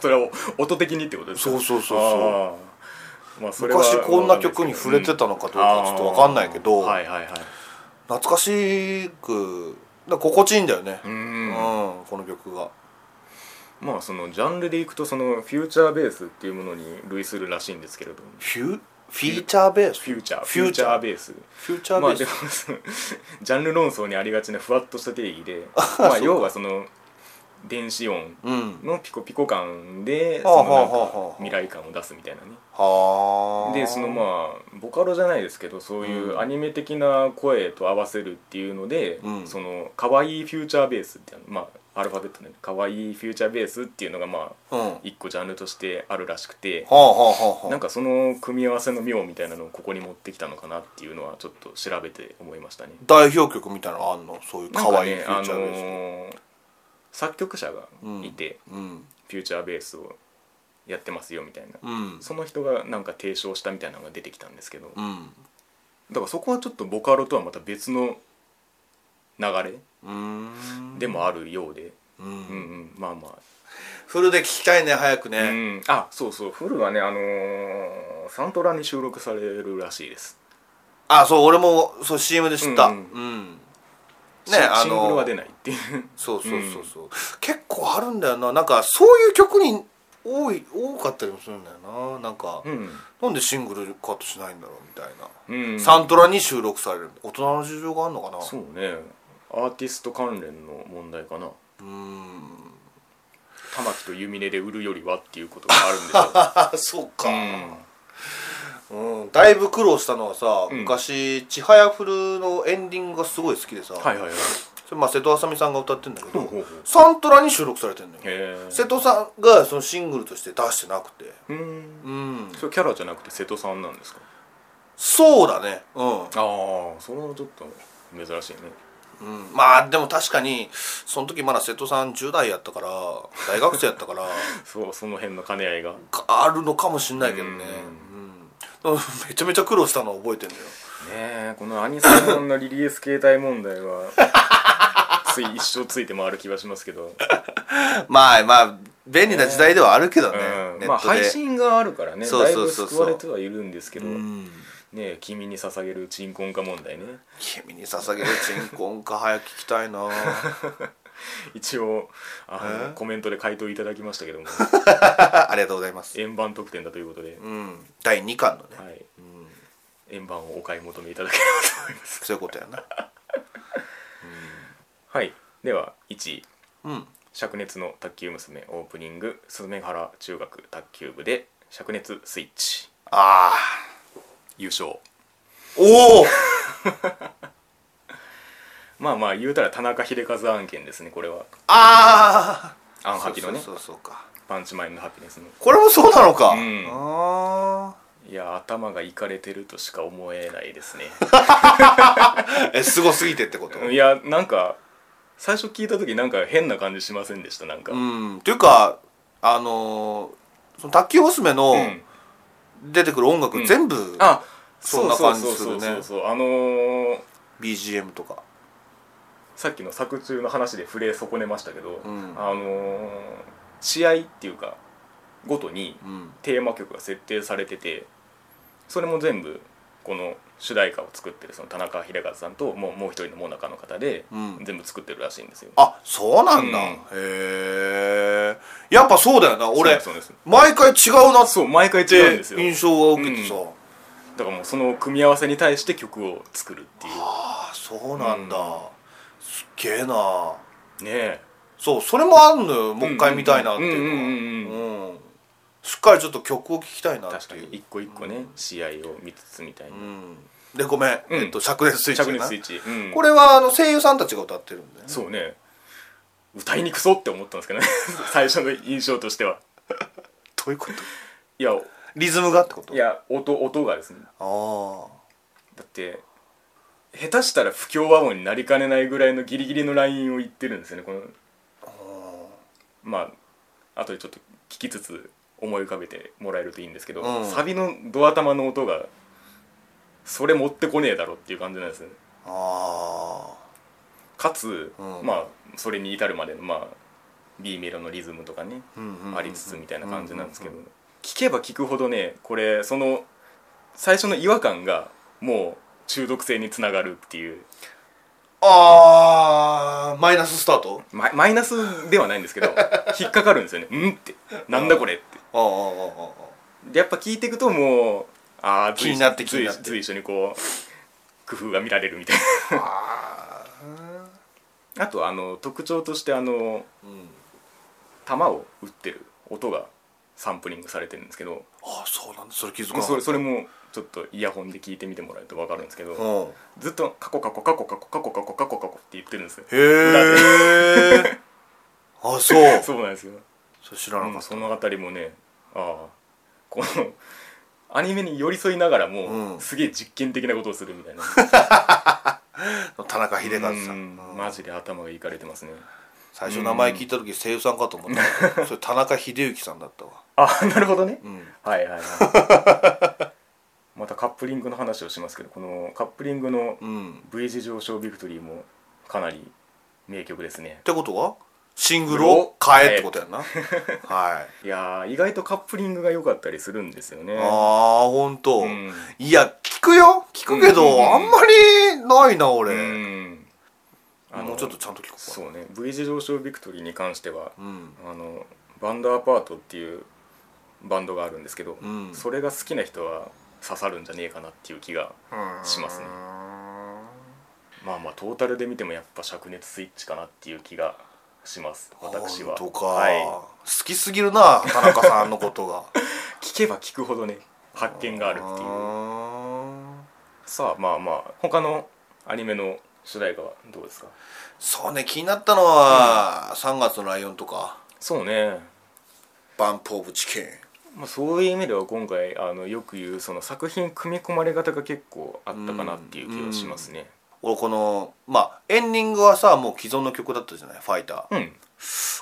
[SPEAKER 1] それは音的にってことですか
[SPEAKER 2] そうそうそうそう
[SPEAKER 1] あーまあ それは
[SPEAKER 2] 昔こんな曲に触れてたのかどうかはちょっとわかんないけど
[SPEAKER 1] あーはいはいはい
[SPEAKER 2] 懐かしくだから心地いいんだよね
[SPEAKER 1] う
[SPEAKER 2] うんん、この曲が
[SPEAKER 1] まあそのジャンルでいくとそのフューチャーベースっていうものに類するらしいんですけれども
[SPEAKER 2] フュフィーチャーベース
[SPEAKER 1] フューチャー
[SPEAKER 2] フューチャー
[SPEAKER 1] ベース
[SPEAKER 2] フューチャー
[SPEAKER 1] ま
[SPEAKER 2] ベ
[SPEAKER 1] あ
[SPEAKER 2] ース、
[SPEAKER 1] でも そのジャンル論争にありがちなふわっとした定義でまあ要はその電子音
[SPEAKER 2] うん
[SPEAKER 1] のピコピコ感で
[SPEAKER 2] はあ
[SPEAKER 1] そのなん
[SPEAKER 2] はあはあはあ
[SPEAKER 1] か未来感を出すみたいなね
[SPEAKER 2] はあ
[SPEAKER 1] でそのまあボカロじゃないですけどそうい
[SPEAKER 2] うん
[SPEAKER 1] うアニメ的な声と合わせるっていうので、
[SPEAKER 2] うん
[SPEAKER 1] その可愛いフューチャーベースってあのまあアルファベットね可愛いフューチャーベースっていうのがまあ
[SPEAKER 2] うんは
[SPEAKER 1] 一個ジャンルとしてあるらしくて
[SPEAKER 2] あはあはあはあ
[SPEAKER 1] なんかその組み合わせの妙みたいなのをここに持ってきたのかなっていうのはちょっと調べて思いましたね。
[SPEAKER 2] 代表曲みたいなのあんのそういう
[SPEAKER 1] なん
[SPEAKER 2] 可
[SPEAKER 1] か
[SPEAKER 2] 愛い
[SPEAKER 1] ね
[SPEAKER 2] フュ
[SPEAKER 1] あ
[SPEAKER 2] ー
[SPEAKER 1] の
[SPEAKER 2] チャーです、
[SPEAKER 1] ー作曲者がいて、
[SPEAKER 2] うん
[SPEAKER 1] フューチャーベースをやってますよみたいな、
[SPEAKER 2] うん
[SPEAKER 1] その人がなんか提唱したみたいなのが出てきたんですけど、
[SPEAKER 2] うん
[SPEAKER 1] だからそこはちょっとボカロとはまた別の流
[SPEAKER 2] うーん
[SPEAKER 1] れでもあるようで、
[SPEAKER 2] うん
[SPEAKER 1] うんうん、まあま
[SPEAKER 2] フルで聞きたいね早く
[SPEAKER 1] あ、う
[SPEAKER 2] ね、
[SPEAKER 1] ん、あそうそうフルはね、あのーサントラに収録されるらしいです
[SPEAKER 2] あそう俺もそう CM で知ったう
[SPEAKER 1] うんん、
[SPEAKER 2] ね
[SPEAKER 1] シン
[SPEAKER 2] あ
[SPEAKER 1] シングルは
[SPEAKER 2] の
[SPEAKER 1] 出ないっていう
[SPEAKER 2] そうそうそうそう、結構あるんだよななんかそういう曲に多い多かったりもするんだよななんか、
[SPEAKER 1] うん、
[SPEAKER 2] なんでシングルカットしないんだろうみたいな、
[SPEAKER 1] うん、
[SPEAKER 2] サントラに収録される大人の事情があるのかな
[SPEAKER 1] そうねアーティスト関連の問題かな
[SPEAKER 2] うーん
[SPEAKER 1] 玉木とユミネで売るよりはっていうことがあるんで し
[SPEAKER 2] あそうか、
[SPEAKER 1] ょう、うん
[SPEAKER 2] うん、だいぶ苦労したのはさ、
[SPEAKER 1] うん
[SPEAKER 2] 昔「ちはやふる」のエンディングがすごい好きでさ、
[SPEAKER 1] はいはいはい
[SPEAKER 2] それまあ瀬戸あさみさんが歌ってんだけど、
[SPEAKER 1] ほうほうほう
[SPEAKER 2] サントラに収録されてんのよ
[SPEAKER 1] へえ
[SPEAKER 2] 瀬戸さんがそのシングルとして出してなくて
[SPEAKER 1] うん
[SPEAKER 2] うん
[SPEAKER 1] それキャラじゃなくて瀬戸さんなんですか
[SPEAKER 2] そうだねうん、
[SPEAKER 1] ああそれはちょっと珍しいね
[SPEAKER 2] うん、まあでも確かにその時まだ瀬戸さん10代やったから大学生 やったから
[SPEAKER 1] そうその辺の兼ね合いがね
[SPEAKER 2] かあるのかもしんないけどねうん、でもめちゃめちゃ苦労したのは覚えてんだよ
[SPEAKER 1] えこのアニソンのリリース形態問題 はつい一生ついて回る気はしますけど、
[SPEAKER 2] まあまあ便利な時代ではあるけどね、
[SPEAKER 1] うん、
[SPEAKER 2] ネ
[SPEAKER 1] まあ
[SPEAKER 2] ットで
[SPEAKER 1] 配信があるからね
[SPEAKER 2] そう
[SPEAKER 1] だい
[SPEAKER 2] そう
[SPEAKER 1] ぶ
[SPEAKER 2] そうそう
[SPEAKER 1] 救われてはいるんですけど、
[SPEAKER 2] う
[SPEAKER 1] ね
[SPEAKER 2] ん
[SPEAKER 1] え君に捧げる鎮魂歌問 題ね
[SPEAKER 2] 君に捧げる鎮魂歌早く聞きたい な
[SPEAKER 1] 一応あ
[SPEAKER 2] え
[SPEAKER 1] のコメントで回答いただきましたけども
[SPEAKER 2] ありがとうございます
[SPEAKER 1] 円盤特典だということで、
[SPEAKER 2] うん第2巻のね、
[SPEAKER 1] はい、
[SPEAKER 2] うん、
[SPEAKER 1] 円盤をお買い求めいただければと思います
[SPEAKER 2] そういうことやな
[SPEAKER 1] はいでは1位
[SPEAKER 2] うん
[SPEAKER 1] 灼熱の卓球娘オープニング鈴目原中学卓球部で灼熱スイッチ
[SPEAKER 2] ああ
[SPEAKER 1] 優勝
[SPEAKER 2] おお
[SPEAKER 1] まあまあ言うたら田中秀和案件ですねこれは
[SPEAKER 2] ああ
[SPEAKER 1] アンハピのね
[SPEAKER 2] そうそうそうそうか
[SPEAKER 1] パンチマインのハピネスの
[SPEAKER 2] これもそうなのか、
[SPEAKER 1] ん
[SPEAKER 2] あ
[SPEAKER 1] いや頭がいかれてるとしか思えないですね
[SPEAKER 2] あえすごすぎてってこと
[SPEAKER 1] いやなんか最初聞いた時なんか変な感じしませんでしたなんか、
[SPEAKER 2] うんっていうかあのーその卓球娘の
[SPEAKER 1] うん
[SPEAKER 2] 出てくる音楽
[SPEAKER 1] うん
[SPEAKER 2] 全部、
[SPEAKER 1] あ
[SPEAKER 2] そんな感じするね
[SPEAKER 1] そうそうそうそうあのー
[SPEAKER 2] BGM とか
[SPEAKER 1] さっきの作中の話で触れ損ねましたけど、
[SPEAKER 2] うん
[SPEAKER 1] あのー試合っていうかごとに
[SPEAKER 2] うん
[SPEAKER 1] テーマ曲が設定されててそれも全部この主題歌を作ってるその田中秀和さんともうもう一人のモナカの方で
[SPEAKER 2] うん
[SPEAKER 1] 全部作ってるらしいんですよ。
[SPEAKER 2] あそうなんだ、
[SPEAKER 1] うん
[SPEAKER 2] へえやっぱそうだよな俺
[SPEAKER 1] そうですそうです
[SPEAKER 2] 毎回違うなっ
[SPEAKER 1] そう毎回違うん
[SPEAKER 2] て
[SPEAKER 1] ですよ
[SPEAKER 2] 印象が受けてさ、
[SPEAKER 1] うんだからもうその組み合わせに対して曲を作るってい
[SPEAKER 2] ああそうなんだ、
[SPEAKER 1] うん
[SPEAKER 2] すっげえな
[SPEAKER 1] うね
[SPEAKER 2] そうそれもあんのよもう一回見たいなって
[SPEAKER 1] うん
[SPEAKER 2] いううんの
[SPEAKER 1] うん
[SPEAKER 2] はうんしっかりちょっと曲を聴きたいな
[SPEAKER 1] え
[SPEAKER 2] っ
[SPEAKER 1] 確
[SPEAKER 2] て
[SPEAKER 1] か
[SPEAKER 2] い
[SPEAKER 1] に
[SPEAKER 2] う
[SPEAKER 1] 一個一個ね、試合を見つつみたいな
[SPEAKER 2] うんでごめん、
[SPEAKER 1] うん
[SPEAKER 2] えっと灼熱スイッチ
[SPEAKER 1] 着
[SPEAKER 2] だな
[SPEAKER 1] 熱スイッチ、うん
[SPEAKER 2] これはあの声優さんたちが歌ってるんだよね
[SPEAKER 1] そうね歌いにくそって思ったんですけどね 最初の印象としては
[SPEAKER 2] どういうこと
[SPEAKER 1] いや
[SPEAKER 2] リズムがってこと
[SPEAKER 1] いや音音がですね
[SPEAKER 2] ああ
[SPEAKER 1] だって下手したら不協和音になりかねないぐらいのギリギリのラインを言ってるんですよねこのまあ後でちょっと聞きつつ思い浮かべてもらえるといいんですけど、
[SPEAKER 2] うん
[SPEAKER 1] サビのドア玉の音がそれ持ってこねえだろっていう感じなんですよね
[SPEAKER 2] あ
[SPEAKER 1] かつ、
[SPEAKER 2] うん
[SPEAKER 1] まあそれに至るまでのまあ B メロのリズムとかね、
[SPEAKER 2] あうんうんうん
[SPEAKER 1] ありつつみたいな感じなんですけど聞けば聞くほどねこれその最初の違和感がもう中毒性につながるっていう
[SPEAKER 2] ああマイナススタート
[SPEAKER 1] マイマイナスではないんですけど 引っかかるんですよね「うん?」って「なんだこれ」って
[SPEAKER 2] ああああああ
[SPEAKER 1] でやっぱ聞いていくともうああ
[SPEAKER 2] 気になって気
[SPEAKER 1] 随
[SPEAKER 2] になって
[SPEAKER 1] 随所にこう工夫が見られるみたい
[SPEAKER 2] ああ
[SPEAKER 1] なあとあの特徴としてあの
[SPEAKER 2] うん
[SPEAKER 1] 球を打ってる音がサンプリングされてるんですけど
[SPEAKER 2] あそうなんだそれ気づか
[SPEAKER 1] もう
[SPEAKER 2] な
[SPEAKER 1] そ
[SPEAKER 2] かっ
[SPEAKER 1] れそれもちょっとイヤホンで聞いてみてもらえると分かるんですけ
[SPEAKER 2] た
[SPEAKER 1] ど
[SPEAKER 2] うん
[SPEAKER 1] ずっと「カコカコカコカコカコカコカコカコ」って言ってるんですよ
[SPEAKER 2] へ えあそう
[SPEAKER 1] そうなんですよ
[SPEAKER 2] それ知らな
[SPEAKER 1] う
[SPEAKER 2] か
[SPEAKER 1] ん
[SPEAKER 2] っ
[SPEAKER 1] そ
[SPEAKER 2] た
[SPEAKER 1] のあたりもねああこのアニメに寄り添いながらも、
[SPEAKER 2] うん
[SPEAKER 1] すげえ実験的なことをするみたいな
[SPEAKER 2] 田中秀和さん
[SPEAKER 1] うんマジで頭がいかれてますね
[SPEAKER 2] 最初名前聞いた時声優さんかと思ったけどそれ田中秀幸さんだったわ
[SPEAKER 1] あなるほどね
[SPEAKER 2] うん
[SPEAKER 1] はいはいはいまたカップリングの話をしますけどこのカップリングの
[SPEAKER 2] うんっ
[SPEAKER 1] V 字上昇ビクトリーもかなり名曲ですね
[SPEAKER 2] てことはシングルを変えってことやんなはい
[SPEAKER 1] いやー意外とカップリングが良かったりするんですよね
[SPEAKER 2] ああ本当
[SPEAKER 1] うん
[SPEAKER 2] いや聞くよ聞く
[SPEAKER 1] うんうん
[SPEAKER 2] け
[SPEAKER 1] うん
[SPEAKER 2] どあんまりないな
[SPEAKER 1] う
[SPEAKER 2] 俺
[SPEAKER 1] んあの
[SPEAKER 2] もうちょっとちゃんと聞こうか
[SPEAKER 1] そうね V 字上昇ビクトリーに関しては
[SPEAKER 2] うん
[SPEAKER 1] あのバンドアパートっていうバンドがあるんですけど、
[SPEAKER 2] うん
[SPEAKER 1] それが好きな人は刺さるんじゃねえかなっていう気がしますねまあまあトータルで見てもやっぱ灼熱スイッチかなっていう気がします私は
[SPEAKER 2] 本当か、
[SPEAKER 1] は
[SPEAKER 2] 好きすぎるな田中さんのことが
[SPEAKER 1] い、聞けば聞くほどね発見があるっていう
[SPEAKER 2] う
[SPEAKER 1] さあまあまあ他のアニメの主題歌はどうですか
[SPEAKER 2] そうね気になったのは、3月のライオンとか
[SPEAKER 1] そうね、
[SPEAKER 2] バンプオブチキン
[SPEAKER 1] まあ、そういう意味では今回あのよく言うその作品組み込まれ方が結構あったかなっていう気がしますね
[SPEAKER 2] 俺このまあエンディングはさもう既存の曲だったじゃないファイター
[SPEAKER 1] うん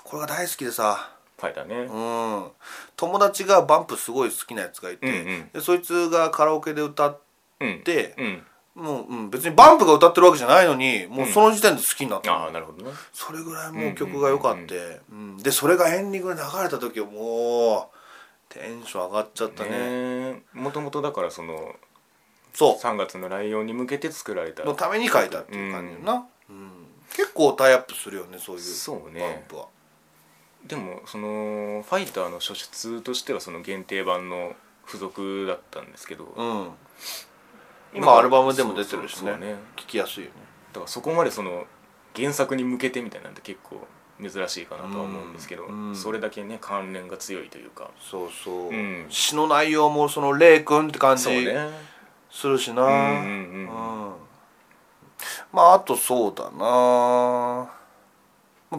[SPEAKER 2] これが大好きでさ
[SPEAKER 1] ファイターね
[SPEAKER 2] うん友達がバンプすごい好きなやつがいて、
[SPEAKER 1] うんうん
[SPEAKER 2] でそいつがカラオケで歌っ
[SPEAKER 1] うん
[SPEAKER 2] て、
[SPEAKER 1] うん
[SPEAKER 2] もう、うん、別にバンプが歌ってるわけじゃないのにもうその時点で好きになったの、
[SPEAKER 1] ああなるほどね
[SPEAKER 2] それぐらいもう曲が良かって、うんでそれがエンディングで流れた時はもうテンション上がっちゃったね
[SPEAKER 1] ねもともとだからその
[SPEAKER 2] そう
[SPEAKER 1] 3月のライオンに向けて作られた
[SPEAKER 2] のために書いたっていう感じよな、うん結構タイアップするよねそういう
[SPEAKER 1] そうね
[SPEAKER 2] バンプは
[SPEAKER 1] でもそのファイターの初出としてはその限定版の付属だったんですけど、
[SPEAKER 2] うん
[SPEAKER 1] なん
[SPEAKER 2] 今
[SPEAKER 1] か
[SPEAKER 2] アルバムでも出てるし
[SPEAKER 1] そうそうそう
[SPEAKER 2] ね
[SPEAKER 1] ね
[SPEAKER 2] 聞きやすいよね
[SPEAKER 1] だからそこまでその原作に向けてみたいなんて結構珍しいかなとは思うんですけど、
[SPEAKER 2] うんうん
[SPEAKER 1] それだけね関連が強いというか
[SPEAKER 2] そうそう、
[SPEAKER 1] うん
[SPEAKER 2] 詩の内容もその「レイ君」って感じ
[SPEAKER 1] そうね
[SPEAKER 2] するしな
[SPEAKER 1] うんうんうん
[SPEAKER 2] うんまああとそうだな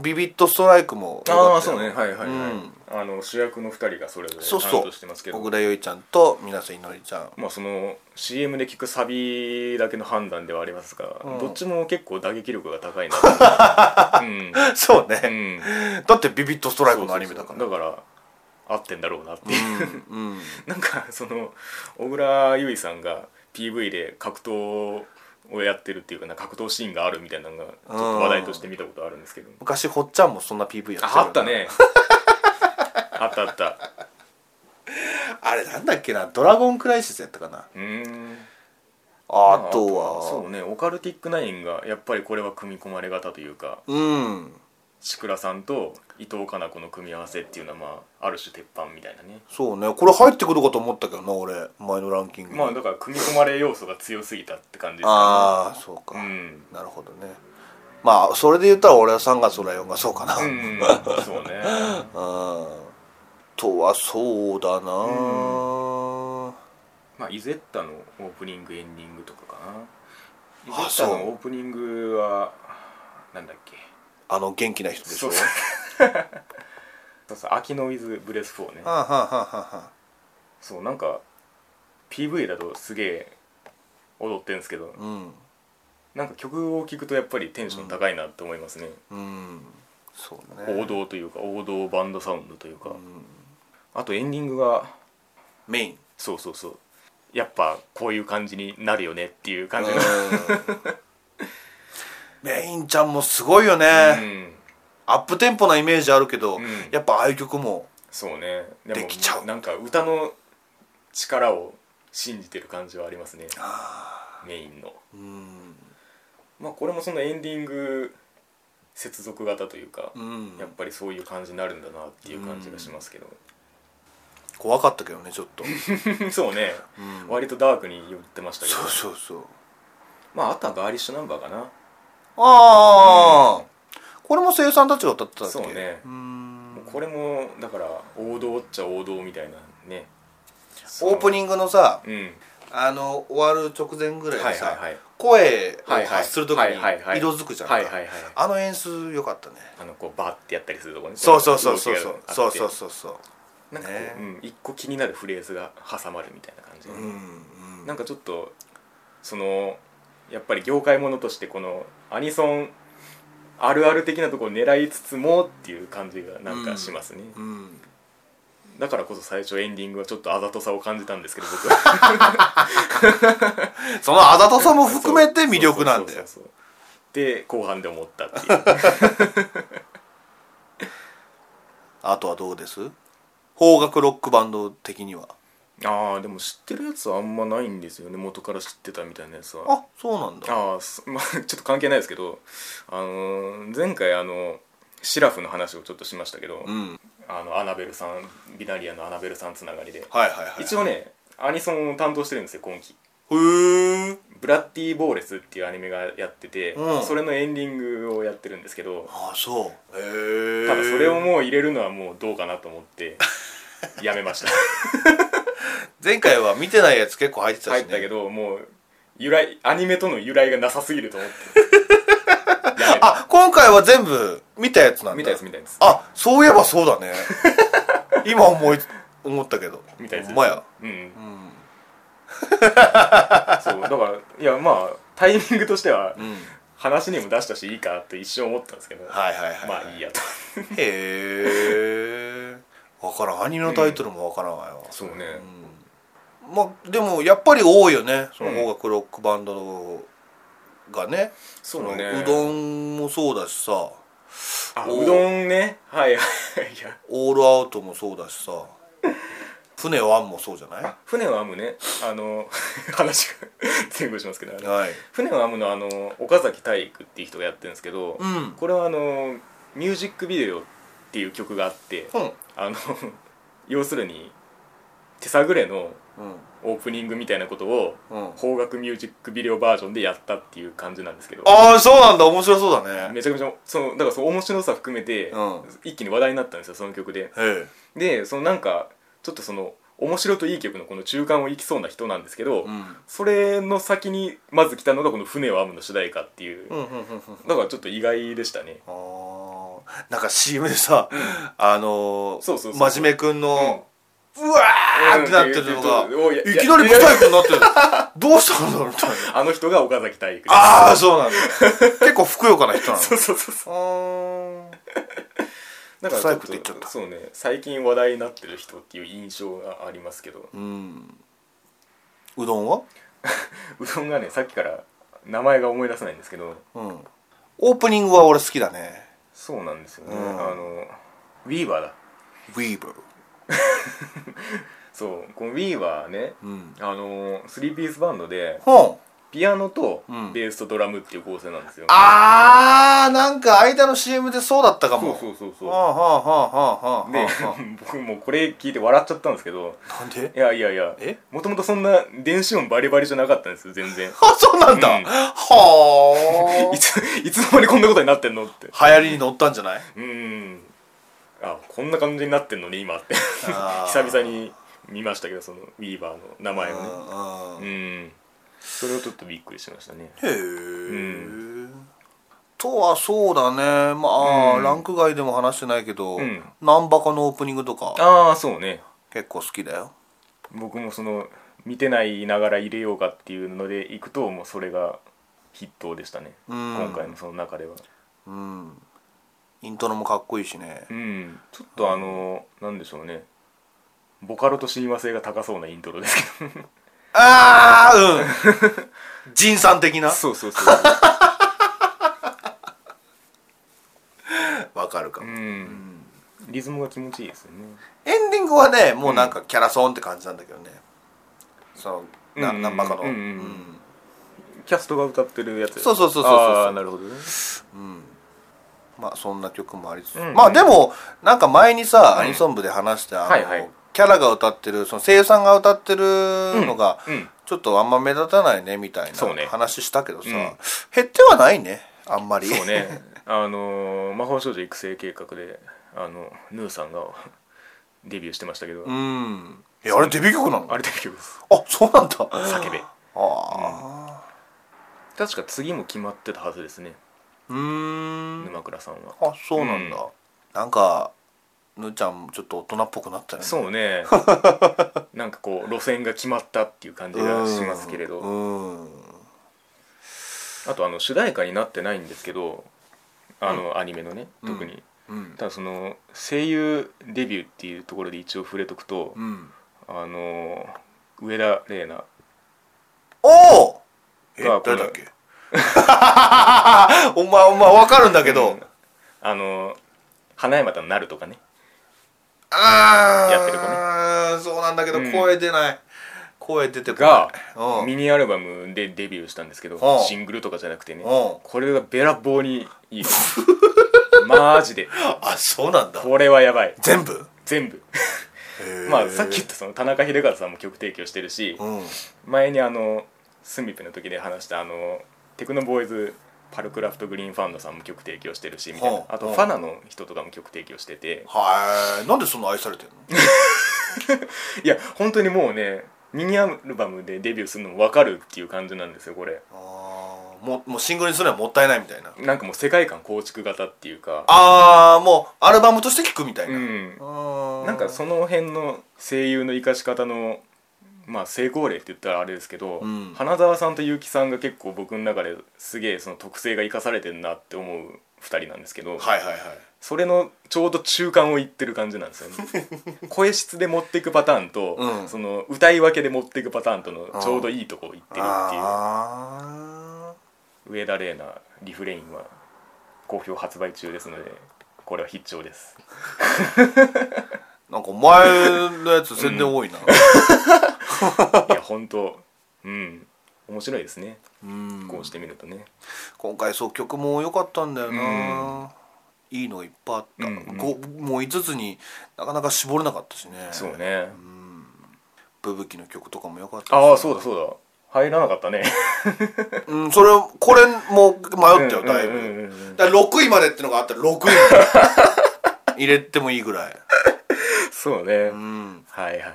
[SPEAKER 2] ビビットストライクも良
[SPEAKER 1] あ
[SPEAKER 2] か
[SPEAKER 1] あ
[SPEAKER 2] ったよ
[SPEAKER 1] そうねはいはいはい、
[SPEAKER 2] うん
[SPEAKER 1] あの主役の2人がそれぞれ
[SPEAKER 2] そう
[SPEAKER 1] 担
[SPEAKER 2] そう
[SPEAKER 1] 当してますけど
[SPEAKER 2] 小倉唯ちゃんと皆さんいのりちゃ ん
[SPEAKER 1] まあその CM で聞くサビだけの判断ではありますが、
[SPEAKER 2] うん
[SPEAKER 1] どっちも結構打撃力が高いな とうん、
[SPEAKER 2] そう
[SPEAKER 1] う
[SPEAKER 2] ね、
[SPEAKER 1] ん、
[SPEAKER 2] だってビビットストライクのアニメだから
[SPEAKER 1] そうそうそうだから合ってんだろうなっていう、
[SPEAKER 2] うんうん
[SPEAKER 1] なんかその小倉優衣さんが PV で格闘をやってるっていうかな格闘シーンがあるみたいなのがちょっと話題として見たことあるんですけど、
[SPEAKER 2] 昔ほっちゃんもそんな PV やって
[SPEAKER 1] ああった
[SPEAKER 2] よ
[SPEAKER 1] ね あったあった
[SPEAKER 2] あれなんだっけな「ドラゴンクライシス」やったかな
[SPEAKER 1] うーん
[SPEAKER 2] あと
[SPEAKER 1] そう
[SPEAKER 2] は
[SPEAKER 1] ねオカルティックナインがやっぱりこれは組み込まれ方というか
[SPEAKER 2] うん
[SPEAKER 1] 志倉さんと伊藤かな子の組み合わせっていうのはまあある種鉄板みたいなね
[SPEAKER 2] そうねこれ入ってくるかと思ったけどな俺前のランキングに
[SPEAKER 1] まあだから組み込まれ要素が強すぎたって感じですか
[SPEAKER 2] ああそうか、
[SPEAKER 1] ねうん
[SPEAKER 2] なるほどねまあそれで言ったら俺は3月のライオンがそうかな、
[SPEAKER 1] う
[SPEAKER 2] うん
[SPEAKER 1] んそうね
[SPEAKER 2] あとはそうだな、
[SPEAKER 1] まあイゼッタのオープニングエンディングとかかなイゼ
[SPEAKER 2] あ
[SPEAKER 1] ッタ
[SPEAKER 2] そう
[SPEAKER 1] のオープニングはなんだっけ
[SPEAKER 2] あの元気な人でしょ
[SPEAKER 1] そうそうそう「秋の with ブレス4ね」
[SPEAKER 2] はあはあはあはあ
[SPEAKER 1] そうなんか PV だとすげえ踊ってんですけど
[SPEAKER 2] うん
[SPEAKER 1] なんか曲を聴くとやっぱりテンション高いなって思いますね、
[SPEAKER 2] うんそうね
[SPEAKER 1] 王道というか王道バンドサウンドというか、
[SPEAKER 2] うん
[SPEAKER 1] あとエンディングが
[SPEAKER 2] メイン
[SPEAKER 1] そうそうそうやっぱこういう感じになるよねっていう感じが、
[SPEAKER 2] うん メインちゃんもすごいよね、
[SPEAKER 1] うん
[SPEAKER 2] アップテンポなイメージあるけど、
[SPEAKER 1] うん
[SPEAKER 2] やっぱああいう曲も
[SPEAKER 1] そうねでも
[SPEAKER 2] できちゃう
[SPEAKER 1] なんか歌の力を信じてる感じはありますねメインの
[SPEAKER 2] うん、
[SPEAKER 1] まあこれもそのエンディング接続型というか、
[SPEAKER 2] うん
[SPEAKER 1] やっぱりそういう感じになるんだなっていう感じがしますけど、
[SPEAKER 2] 怖かったけどねちょっと
[SPEAKER 1] そうね、
[SPEAKER 2] うん
[SPEAKER 1] 割とダークに寄ってましたけど
[SPEAKER 2] そうそうそう
[SPEAKER 1] まああとはガーリッシュナンバーかな
[SPEAKER 2] ああ、これも声優さんたちが歌ってたっけ
[SPEAKER 1] そうね
[SPEAKER 2] うん
[SPEAKER 1] もうこれもだから王道っちゃ王道みたいなね
[SPEAKER 2] オープ
[SPEAKER 1] ン
[SPEAKER 2] ニングのさ
[SPEAKER 1] うん
[SPEAKER 2] あの終わる直前ぐらいでさ、
[SPEAKER 1] はいはいはい
[SPEAKER 2] 声
[SPEAKER 1] はい
[SPEAKER 2] を
[SPEAKER 1] はい
[SPEAKER 2] 発する時に
[SPEAKER 1] はいはいはい
[SPEAKER 2] 色づくじゃんか、
[SPEAKER 1] はいはいはい
[SPEAKER 2] あの演出良かったね
[SPEAKER 1] あのこうバーってやったりするとこね
[SPEAKER 2] そうそうそうそうそ
[SPEAKER 1] 動
[SPEAKER 2] う
[SPEAKER 1] きがあって
[SPEAKER 2] そうそうそうそう
[SPEAKER 1] なんかこ
[SPEAKER 2] ね
[SPEAKER 1] う、うん、一個気になるフレーズが挟まるみたいな感じで、
[SPEAKER 2] うんうん
[SPEAKER 1] なんかちょっとそのやっぱり業界ものとしてこのアニソンあるある的なところを狙いつつもっていう感じがなんかしますね、
[SPEAKER 2] うん
[SPEAKER 1] だからこそ最初エンディングはちょっとあざとさを感じたんですけど僕は
[SPEAKER 2] そのあざとさも含めて魅力なんだよ
[SPEAKER 1] そうそうそうそうで後半で思ったってい う
[SPEAKER 2] あとはどうです邦楽ロックバンド的には
[SPEAKER 1] ああでも知ってるやつはあんまないんですよね元から知ってたみたいなやつは
[SPEAKER 2] あそうなんだ
[SPEAKER 1] ああす まあちょっと関係ないですけど、あのー前回あのシラフの話をちょっとしましたけど、
[SPEAKER 2] うんはい
[SPEAKER 1] あのアナベルさんビナリアのアナベルさんつながりで、
[SPEAKER 2] はいはい
[SPEAKER 1] 一応ねアニソンを担当してるんですよ今期
[SPEAKER 2] へえ
[SPEAKER 1] 「ブラッディー・ボーレス」っていうアニメがやってて、
[SPEAKER 2] うん
[SPEAKER 1] それのエンディングをやってるんですけど
[SPEAKER 2] あそうへえ
[SPEAKER 1] ただそれをもう入れるのはもうどうかなと思っ てやめました
[SPEAKER 2] 前回は見てないやつ結構入ってたし
[SPEAKER 1] 入っ
[SPEAKER 2] ね
[SPEAKER 1] たけどもう由来アニメとの由来がなさすぎると思ってやめた
[SPEAKER 2] あ今回は全部見たやつなんだ
[SPEAKER 1] 見たやつ見たやつ
[SPEAKER 2] あそういえばそう だね今思い思ったけど
[SPEAKER 1] みたいです
[SPEAKER 2] ほんまや
[SPEAKER 1] うん
[SPEAKER 2] うん
[SPEAKER 1] そうだからいやまあタイミングとしては
[SPEAKER 2] うん
[SPEAKER 1] 話にも出したしいいかって一瞬思ったんですけど、
[SPEAKER 2] はいはいはい、
[SPEAKER 1] まあいいやと
[SPEAKER 2] へえ分からんアニメのタイトルも分からんわよ、
[SPEAKER 1] そうね
[SPEAKER 2] うんまあでもやっぱり多いよねその邦楽ロックバンドがね,、
[SPEAKER 1] そうね
[SPEAKER 2] うどんもそうだしさ
[SPEAKER 1] あ
[SPEAKER 2] お
[SPEAKER 1] うどんねはいはいはいいや
[SPEAKER 2] オールアウトもそうだし さ船ワンもそうじゃない
[SPEAKER 1] あ船を編むねあの話が 前後しますけどあの
[SPEAKER 2] はい
[SPEAKER 1] 船を編むのあの岡崎体育っていう人がやってるんですけど、
[SPEAKER 2] うん
[SPEAKER 1] これはあのミュージックビデオっていう曲があって
[SPEAKER 2] うん
[SPEAKER 1] あの 要するに手探れの
[SPEAKER 2] うん
[SPEAKER 1] オープニングみたいなことを
[SPEAKER 2] うん
[SPEAKER 1] 邦楽ミュージックビデオバージョンでやったっていう感じなんですけど
[SPEAKER 2] ああそうなんだ面白そうだね
[SPEAKER 1] めちゃくちゃそのだからその面白さ含めて、
[SPEAKER 2] うん
[SPEAKER 1] 一気に話題になったんですよその曲で
[SPEAKER 2] へ
[SPEAKER 1] でそのなんかちょっとその面白といい曲のこの中間を行きそうな人なんですけど、
[SPEAKER 2] えうん
[SPEAKER 1] それの先にまず来たのがこの「船を編む」の主題歌っていう、
[SPEAKER 2] うんうんうんうん
[SPEAKER 1] だからちょっと意外でしたね
[SPEAKER 2] あーなんか CM でさ、あのー
[SPEAKER 1] そうそうそう
[SPEAKER 2] 真面目くんの、うわーってなってるのが、
[SPEAKER 1] うん
[SPEAKER 2] い
[SPEAKER 1] いや
[SPEAKER 2] きなりブタイクになってるどうしたんだろうみたい な
[SPEAKER 1] あの人が岡崎体育です
[SPEAKER 2] ああそうなんだ結構ふくよかな人なの
[SPEAKER 1] そうそうそうそう
[SPEAKER 2] あー
[SPEAKER 1] だ
[SPEAKER 2] ブサイクって言っちゃった
[SPEAKER 1] そうね最近話題になってる人っていう印象がありますけど
[SPEAKER 2] うんうどんは、
[SPEAKER 1] うどんがねさっきから名前が思い出せないんですけど
[SPEAKER 2] うん、オープニングは俺好きだね
[SPEAKER 1] そうなんですよね、
[SPEAKER 2] うん
[SPEAKER 1] あのウィーバーだ
[SPEAKER 2] ウィーブル
[SPEAKER 1] そうこのウィーバーね
[SPEAKER 2] うん
[SPEAKER 1] あの3ピースバンドで
[SPEAKER 2] ほん
[SPEAKER 1] ピアノと
[SPEAKER 2] うん
[SPEAKER 1] ベースとドラムっていう構成なんですよ、
[SPEAKER 2] あーなんか間の CM でそうだったか
[SPEAKER 1] そ
[SPEAKER 2] も
[SPEAKER 1] うそうそう
[SPEAKER 2] は
[SPEAKER 1] そ
[SPEAKER 2] あはあはあはあはあ
[SPEAKER 1] うで
[SPEAKER 2] は
[SPEAKER 1] 僕もうこれ聞いて笑っちゃったんですけど
[SPEAKER 2] あなんで
[SPEAKER 1] いやいやいや
[SPEAKER 2] え
[SPEAKER 1] もともとそんな電子音バリバリじゃなかったんですよ全然
[SPEAKER 2] あ、そうなんだ。
[SPEAKER 1] うん
[SPEAKER 2] はあ。
[SPEAKER 1] いつ いつの間にこんなことになってんのって
[SPEAKER 2] 流行りに乗ったんじゃない
[SPEAKER 1] うんあこんな感じになってんのね今って
[SPEAKER 2] あー
[SPEAKER 1] 久々に見ましたけどそのウィーバーの名前をね
[SPEAKER 2] うんうん
[SPEAKER 1] うんそれをちょっとびっくりしましたね
[SPEAKER 2] へえ、とはそうだね。まあ、
[SPEAKER 1] うん
[SPEAKER 2] ランク外でも話してないけど、
[SPEAKER 1] うん
[SPEAKER 2] ナンバカのオープニングとか
[SPEAKER 1] ああそうね
[SPEAKER 2] 結構好きだよ。
[SPEAKER 1] 僕もその見てないながら入れようかっていうので行くともうそれが筆頭でしたね、
[SPEAKER 2] うん
[SPEAKER 1] 今回のその中では
[SPEAKER 2] うん。イントロもかっこいいしね
[SPEAKER 1] う。んちょっとあの、なんでしょうねボカロと親和性が高そうなイントロですけど
[SPEAKER 2] ああ、うん。ジンさん的 な。
[SPEAKER 1] そうそうそう
[SPEAKER 2] わかるか
[SPEAKER 1] う
[SPEAKER 2] も、
[SPEAKER 1] んリズムが気持ちいいですよね
[SPEAKER 2] エンディングはね、もうなんかキャラソンって感じなんだけどね。その、な
[SPEAKER 1] うん
[SPEAKER 2] ナンバカの。
[SPEAKER 1] うん
[SPEAKER 2] うん
[SPEAKER 1] キャストが歌ってるやつ
[SPEAKER 2] そうそうそうそうそう
[SPEAKER 1] ああなるほどね
[SPEAKER 2] まあそんな曲もありつつ、
[SPEAKER 1] うんうん
[SPEAKER 2] まあでもなんか前にさ、
[SPEAKER 1] うん
[SPEAKER 2] アニソン部で話したあの、
[SPEAKER 1] はいはい
[SPEAKER 2] キャラが歌ってるその声優さんが歌ってるのが、
[SPEAKER 1] うん
[SPEAKER 2] ちょっとあんま目立たないねみたい
[SPEAKER 1] そうね
[SPEAKER 2] な話したけどさ、
[SPEAKER 1] うん
[SPEAKER 2] 減ってはないねあんまり
[SPEAKER 1] そうねあのー魔法少女育成計画であのヌーさんがデビューしてましたけど、
[SPEAKER 2] うんえあれデビュー曲なの
[SPEAKER 1] あれデビューです
[SPEAKER 2] あそうなんだ
[SPEAKER 1] 「叫べ
[SPEAKER 2] ああ」
[SPEAKER 1] 確か次も決まってたはずですね
[SPEAKER 2] うんん
[SPEAKER 1] 沼倉さんは
[SPEAKER 2] あそうなんだ、
[SPEAKER 1] う
[SPEAKER 2] なんかぬーちゃんもちょっと大人っぽくなったね
[SPEAKER 1] そうねなんかこう路線が決まったっていう感じがしますけれど
[SPEAKER 2] うんうん
[SPEAKER 1] あとあの主題歌になってないんですけどあの、アニメのね
[SPEAKER 2] うん
[SPEAKER 1] 特に、
[SPEAKER 2] うん
[SPEAKER 1] ただその声優デビューっていうところで一応触れとくと、
[SPEAKER 2] うん
[SPEAKER 1] あの上田玲奈
[SPEAKER 2] おおえ
[SPEAKER 1] がこ
[SPEAKER 2] 誰
[SPEAKER 1] の
[SPEAKER 2] だっけ お前お前わかるんだけど、
[SPEAKER 1] うんあの花山田なるとかね
[SPEAKER 2] ああ
[SPEAKER 1] やってる
[SPEAKER 2] 子ねそうなんだけど
[SPEAKER 1] うん
[SPEAKER 2] 声出ない、声出てこ
[SPEAKER 1] が
[SPEAKER 2] ないうん
[SPEAKER 1] ミニアルバムでデビューしたんですけど
[SPEAKER 2] うん
[SPEAKER 1] シングルとかじゃなくてね
[SPEAKER 2] うん
[SPEAKER 1] これがべらぼうに いいですマジで
[SPEAKER 2] あそうなんだ
[SPEAKER 1] これはやばい
[SPEAKER 2] 全部
[SPEAKER 1] 全部
[SPEAKER 2] へー
[SPEAKER 1] まあさっき言ったその田中秀和さんも曲提供してるし
[SPEAKER 2] うん
[SPEAKER 1] 前にあのスミペの時で話したあのテクノボーイズパルクラフトグリーンファウンドさんも曲提供してるしみたいな
[SPEAKER 2] ほう
[SPEAKER 1] あと
[SPEAKER 2] ほう
[SPEAKER 1] ファナの人とかも曲提供してて
[SPEAKER 2] はいなんでそんな愛されてんの
[SPEAKER 1] いや本当にもうねミニアルバムでデビューするのも分かるっていう感じなんですよこれ
[SPEAKER 2] あーもうもうシングルにするのはもったいないみたいな
[SPEAKER 1] なんかもう世界観構築型っていうか
[SPEAKER 2] ああもうアルバムとして聴くみたいうな、
[SPEAKER 1] ん
[SPEAKER 2] あー
[SPEAKER 1] なんかその辺の声優の生かし方のまあ成功例って言ったらあれですけど、
[SPEAKER 2] うん
[SPEAKER 1] 花澤さんと結城さんが結構僕の中ですげえその特性が生かされてるなって思う2人なんですけど、
[SPEAKER 2] はいはいはい
[SPEAKER 1] それのちょうど中間をいってる感じなんですよ ね声質で持っていくパターンと、
[SPEAKER 2] うん
[SPEAKER 1] その歌い分けで持っていくパターンとのちょうどいいとこいってるっていう
[SPEAKER 2] あ
[SPEAKER 1] 上田玲奈リフレインは好評発売中ですのでこれは必聴 です
[SPEAKER 2] ーなんかお前のやつ宣伝多い
[SPEAKER 1] い
[SPEAKER 2] な、
[SPEAKER 1] や本当うん面白いですね
[SPEAKER 2] うん
[SPEAKER 1] こうしてみるとね、
[SPEAKER 2] 今回そう曲も良かったんだよな、いいのがいっぱいあった、
[SPEAKER 1] うんうん
[SPEAKER 2] ごもう5つになかなか絞れなかったしね
[SPEAKER 1] そうね
[SPEAKER 2] うんブブキの曲とかも良かったし
[SPEAKER 1] ああそうだそうだ入らなかったね
[SPEAKER 2] うん、それこれも迷ったよだいぶ、
[SPEAKER 1] うんうんうんうん
[SPEAKER 2] だから6位までってのがあったら6 位入れてもいいぐらい
[SPEAKER 1] そうね、
[SPEAKER 2] うん
[SPEAKER 1] はいはいはい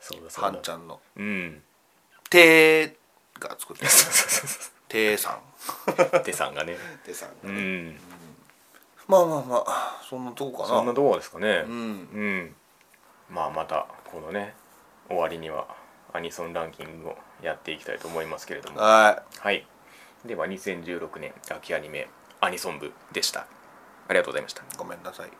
[SPEAKER 1] そうだそ
[SPEAKER 2] は
[SPEAKER 1] うん
[SPEAKER 2] ち
[SPEAKER 1] だ
[SPEAKER 2] ゃんの
[SPEAKER 1] うん
[SPEAKER 2] 「て」が作ってる
[SPEAKER 1] そうそうそうそ
[SPEAKER 2] 「て」さん
[SPEAKER 1] う手さんがね
[SPEAKER 2] 「て」さん
[SPEAKER 1] う
[SPEAKER 2] がね、
[SPEAKER 1] ん
[SPEAKER 2] まあまあまあそんなとこかな
[SPEAKER 1] そんなとこですかね
[SPEAKER 2] うん
[SPEAKER 1] うんまあまたこのね終わりにはアニソンランキングをやっていきたいと思いますけれども
[SPEAKER 2] はい
[SPEAKER 1] はいでは2016年秋アニメアニソン部でしたありがとうございました
[SPEAKER 2] ごめんなさい